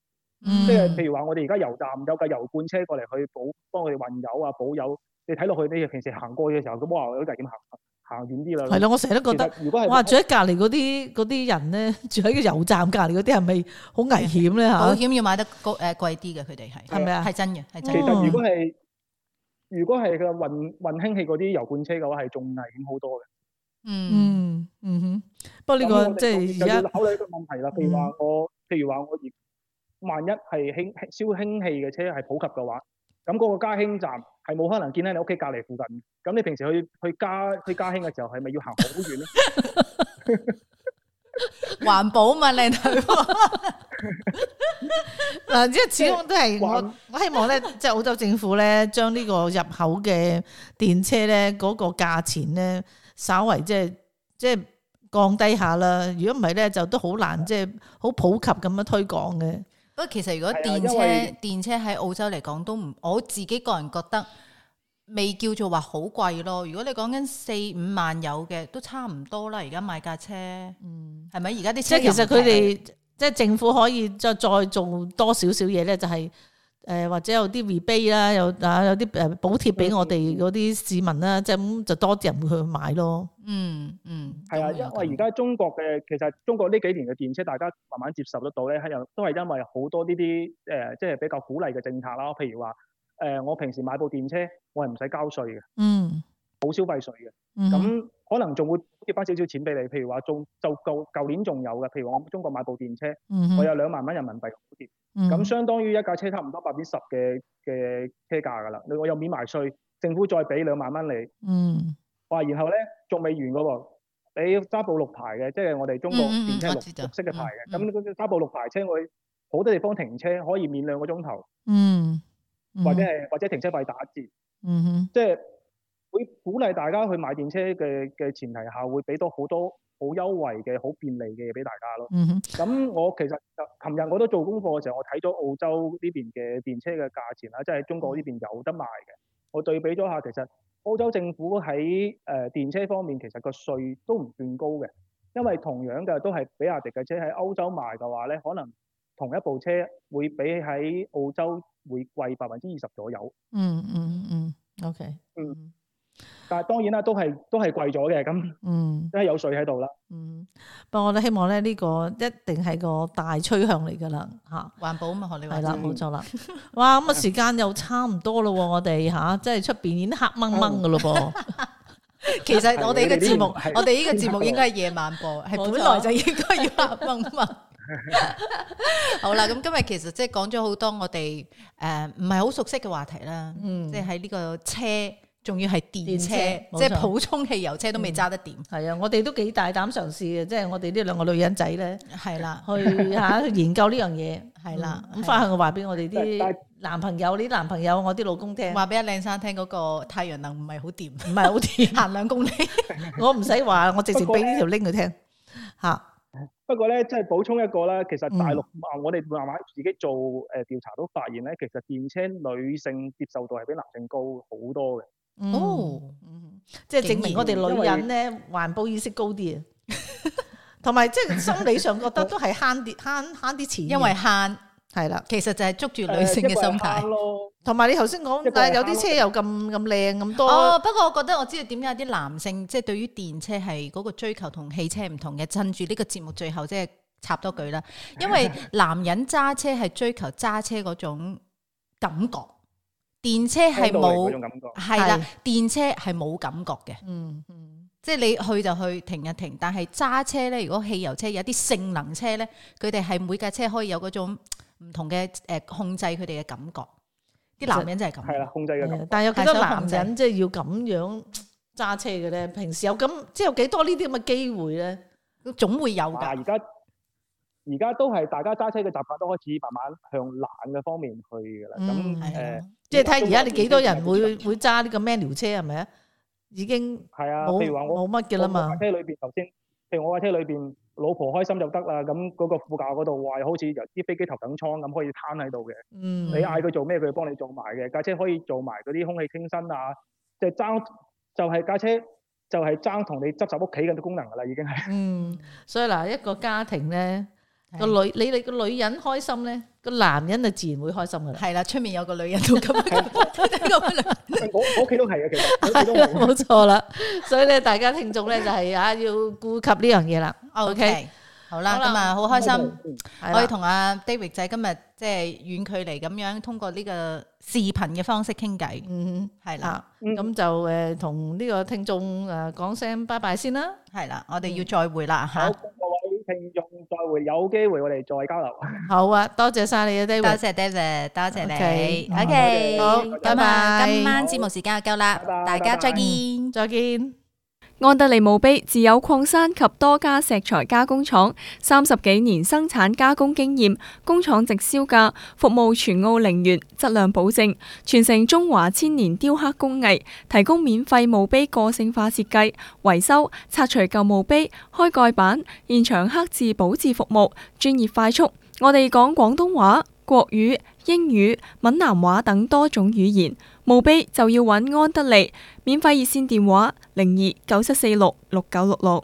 嗯即係譬如話，我哋而家油站有架油罐車過嚟去補幫我哋運油啊、補油。你睇落去，你平時行過嘅時候，咁哇，有啲危險行行遠啲啦。係咯，我成日都覺其得，實如果係哇！住喺隔離嗰啲嗰啲人咧， (laughs) 住喺個油站隔離嗰啲係咪好危險咧保嚇？險要買得高誒貴啲嘅，佢哋係啊係咪啊係真嘅，係其真嘅。實如果係如果係嘅運運氫氣嗰啲油罐車嘅話，係仲危險好多嘅。嗯嗯嗯哼，不過呢咁個我哋即就係就而要家嗯考慮一個問題啦。譬如話我，譬如話我而萬一係氫燒氫氣嘅車係普及嘅話，咁嗰個加氫站係冇可能見喺你屋企隔離附近。咁你平時去去加去加氫嘅時候，係咪要行好 (laughs) 遠咧？環保嘛，靚女話，嗱，即係始終都係即係我我希望咧， (laughs) 即係澳洲政府咧，將呢個入口嘅電車咧嗰個價錢咧，稍為即係即係降低下啦。如果唔係咧，就都好難即係好普及咁樣推廣嘅。不過其實如果係啊電因車為電車喺澳洲嚟講都唔，我自己個人覺得未叫做話好貴咯。如果你講緊四五萬有嘅，都差唔多啦。而家買架車嗯，係咪？而家啲即車係其實佢又唔平哋即係政府可以再再做多少少嘢咧，就係、诶或者有啲 rebate 啦，有啊有啲诶補貼俾我哋嗰啲市民啦，即係咁就多啲人會去買咯。嗯嗯係啊，因為而家中國嘅其實中國呢幾年嘅電車，大家慢慢接受得到咧，係又都係因為好多呢啲誒，即係比較鼓勵嘅政策啦。譬如話誒、呃我平時買部電車，我係唔使交稅嘅，嗯，冇消費稅嘅。嗯咁、可能仲會貼翻少少錢俾你。譬如話，仲就舊舊年仲有嘅，譬如我中國買部電車，嗯我有兩萬蚊人民幣嘅補貼，嗯咁、相當於一架車差唔多百分之十嘅嘅車價㗎啦。你我又免埋稅，政府再俾兩萬蚊你。嗯哇！然後咧仲未完嘅喎，你要揸部綠牌嘅，即係我哋中國嗯嗯嗯電車我綠知道綠色嘅牌嗯嘅。咁嗰啲揸部綠牌車，我好多地方停車可以免兩個鐘頭，嗯，或者係或者停車費打折，嗯哼即係會鼓勵大家去買電車嘅嘅前提下，會俾到好多好優惠嘅、好便利嘅嘢俾大家咯。嗯哼，咁我其實琴日我都做功課嘅時候，我睇咗澳洲呢邊嘅電車嘅價錢啦，即係中國呢邊有得賣嘅。我對比咗下，其實澳洲政府喺誒、呃、電車方面其實個税都唔算高嘅，因為同樣嘅都係比亞迪嘅車喺歐洲賣嘅話咧，可能同一部車會比喺澳洲會貴百分之二十左右。嗯嗯嗯嗯，OK，嗯但係當然啦，都係都係貴咗嘅，咁嗯。都係有税喺度啦。嗯，不過我都希望咧呢、個一定係個大趨向嚟噶啦吓。環保嘛，學你系話啦，齋。冇錯啦。哇，咁啊時間又差唔多咯喎，我哋吓，即係出边已經黑掹掹噶咯噃。其實我哋呢個節目係，啊我哋呢個節目應該係夜晚播，係冇錯本來就應該要黑掹掹。 (laughs) 好啦，咁今日其實即係講咗好多我哋诶唔係好熟悉嘅話題啦，嗯即係喺呢個車，仲要係電車，嗯電即車冇係錯普通汽油車都未揸得掂，係啊，我哋都幾大膽嘗試嘅，即係我哋呢兩個女人仔咧，係啦， (laughs) 去吓去研究呢樣嘢。係啦係啊嗯咁翻去我話俾我哋但啲男朋友、啲男朋友、我啲老公聽，唔話俾阿靚生聽嗰個太陽嗯能唔係好掂，係好 (laughs) 掂，行兩公里，我唔使話，我直接俾呢條 link 佢聽吓。不過咧，即係補充一個啦，其實大陸嗯啊，我哋慢慢自己做誒、呃、調查都發現咧，其實電車女性接受度係比男性高好多嘅。嗯哦，嗯即係證明竟然我哋女人咧環保意識高啲啊，同埋即係心理上覺得都係慳 (laughs) 啲慳慳啲錢嘅，因為慳，係啦。其實就係捉住女性嘅心呃一個係慳態。咯。同埋你頭先一講，個係但係有啲車又咁咁靚咁哦多，，不過我覺得我知道點解啲男性即係對於電車係嗰個追求同汽車唔同嘅，趁住呢個節目最後即係插多 (laughs) 句啦，因為男人揸車係追求揸車嗰種感覺，電車係聽到嚟嗰冇種感覺。係啦係，電車係冇感覺嘅，嗯嗯即係你去就去，停一停。但係揸車咧，如果汽油車有啲性能車咧，佢哋係每架車可以有嗰種唔同嘅誒控制佢哋嘅感覺。啲男人就係咁，係啦，控制嘅係感啊覺。但係有幾多但係想男控制人即係要咁樣揸車嘅咧？平時有咁即係有幾多呢啲咁嘅機會咧？總會有啊，㗎。而家而家都係大家揸車嘅習慣都開始慢慢向懶嘅方面去㗎啦。咁嗯係啊誒即係睇下而家你幾多人會會揸呢個 manual 車係咪啊？已經係啊，冇譬如話我冇乜嘅啦我嘛架。車裏邊頭先，譬如我架車裏邊，老婆開心就得啦。咁嗰個副駕嗰度話好似由啲飛機頭等艙咁可以攤喺度嘅。嗯，你嗌佢做咩，佢幫你做埋嘅。架車可以做埋嗰啲空氣清新啊，即係爭就係、架車就係爭同你執拾屋企嘅功能㗎啦，已 (laughs) 經係。嗯，所以嗱，一個家庭咧。係個女你哋個女人開心咧，個男人就自然會開心噶啦。係啦，出面有個女人都咁 (laughs) 樣，咁樣我我屋企都係嘅，其實我屋企都係啦 (laughs) 係冇錯啦，所以咧，大家聽眾咧就係啊，要顧及呢樣嘢啦。 (laughs) OK，好啦，好啦咁啊，好 (laughs) 開心。嗯係可啦以同阿 David 仔今日即係遠距離咁樣通過呢個視頻嘅方式傾偈，嗯係啦，啊，嗯咁就诶同呢個聽眾诶講聲拜拜先啦。係啦，我哋要再會啦嗯好，吓，各位聽眾再會，有機會我哋再交流。好啊，多謝晒你啊多，David。謝 David，多謝你 OK， ，OK，好咁啊，拜拜今晚節目時間就夠啦拜，拜大家拜拜再見。再見。安德利墓碑自有礦山及多家石材加工廠，三十幾年生產加工經驗，工廠直銷價，服務全澳陵園，質量保證，傳承中華千年雕刻工藝，提供免費墓碑個性化設計、維修、拆除舊墓碑、開蓋板、現場刻字保質服務，專業快速。我哋講廣東話、國語、英語、閩南話等多種語言，墓碑就要揾安德利。免費熱線電話零二九七四六六九六六。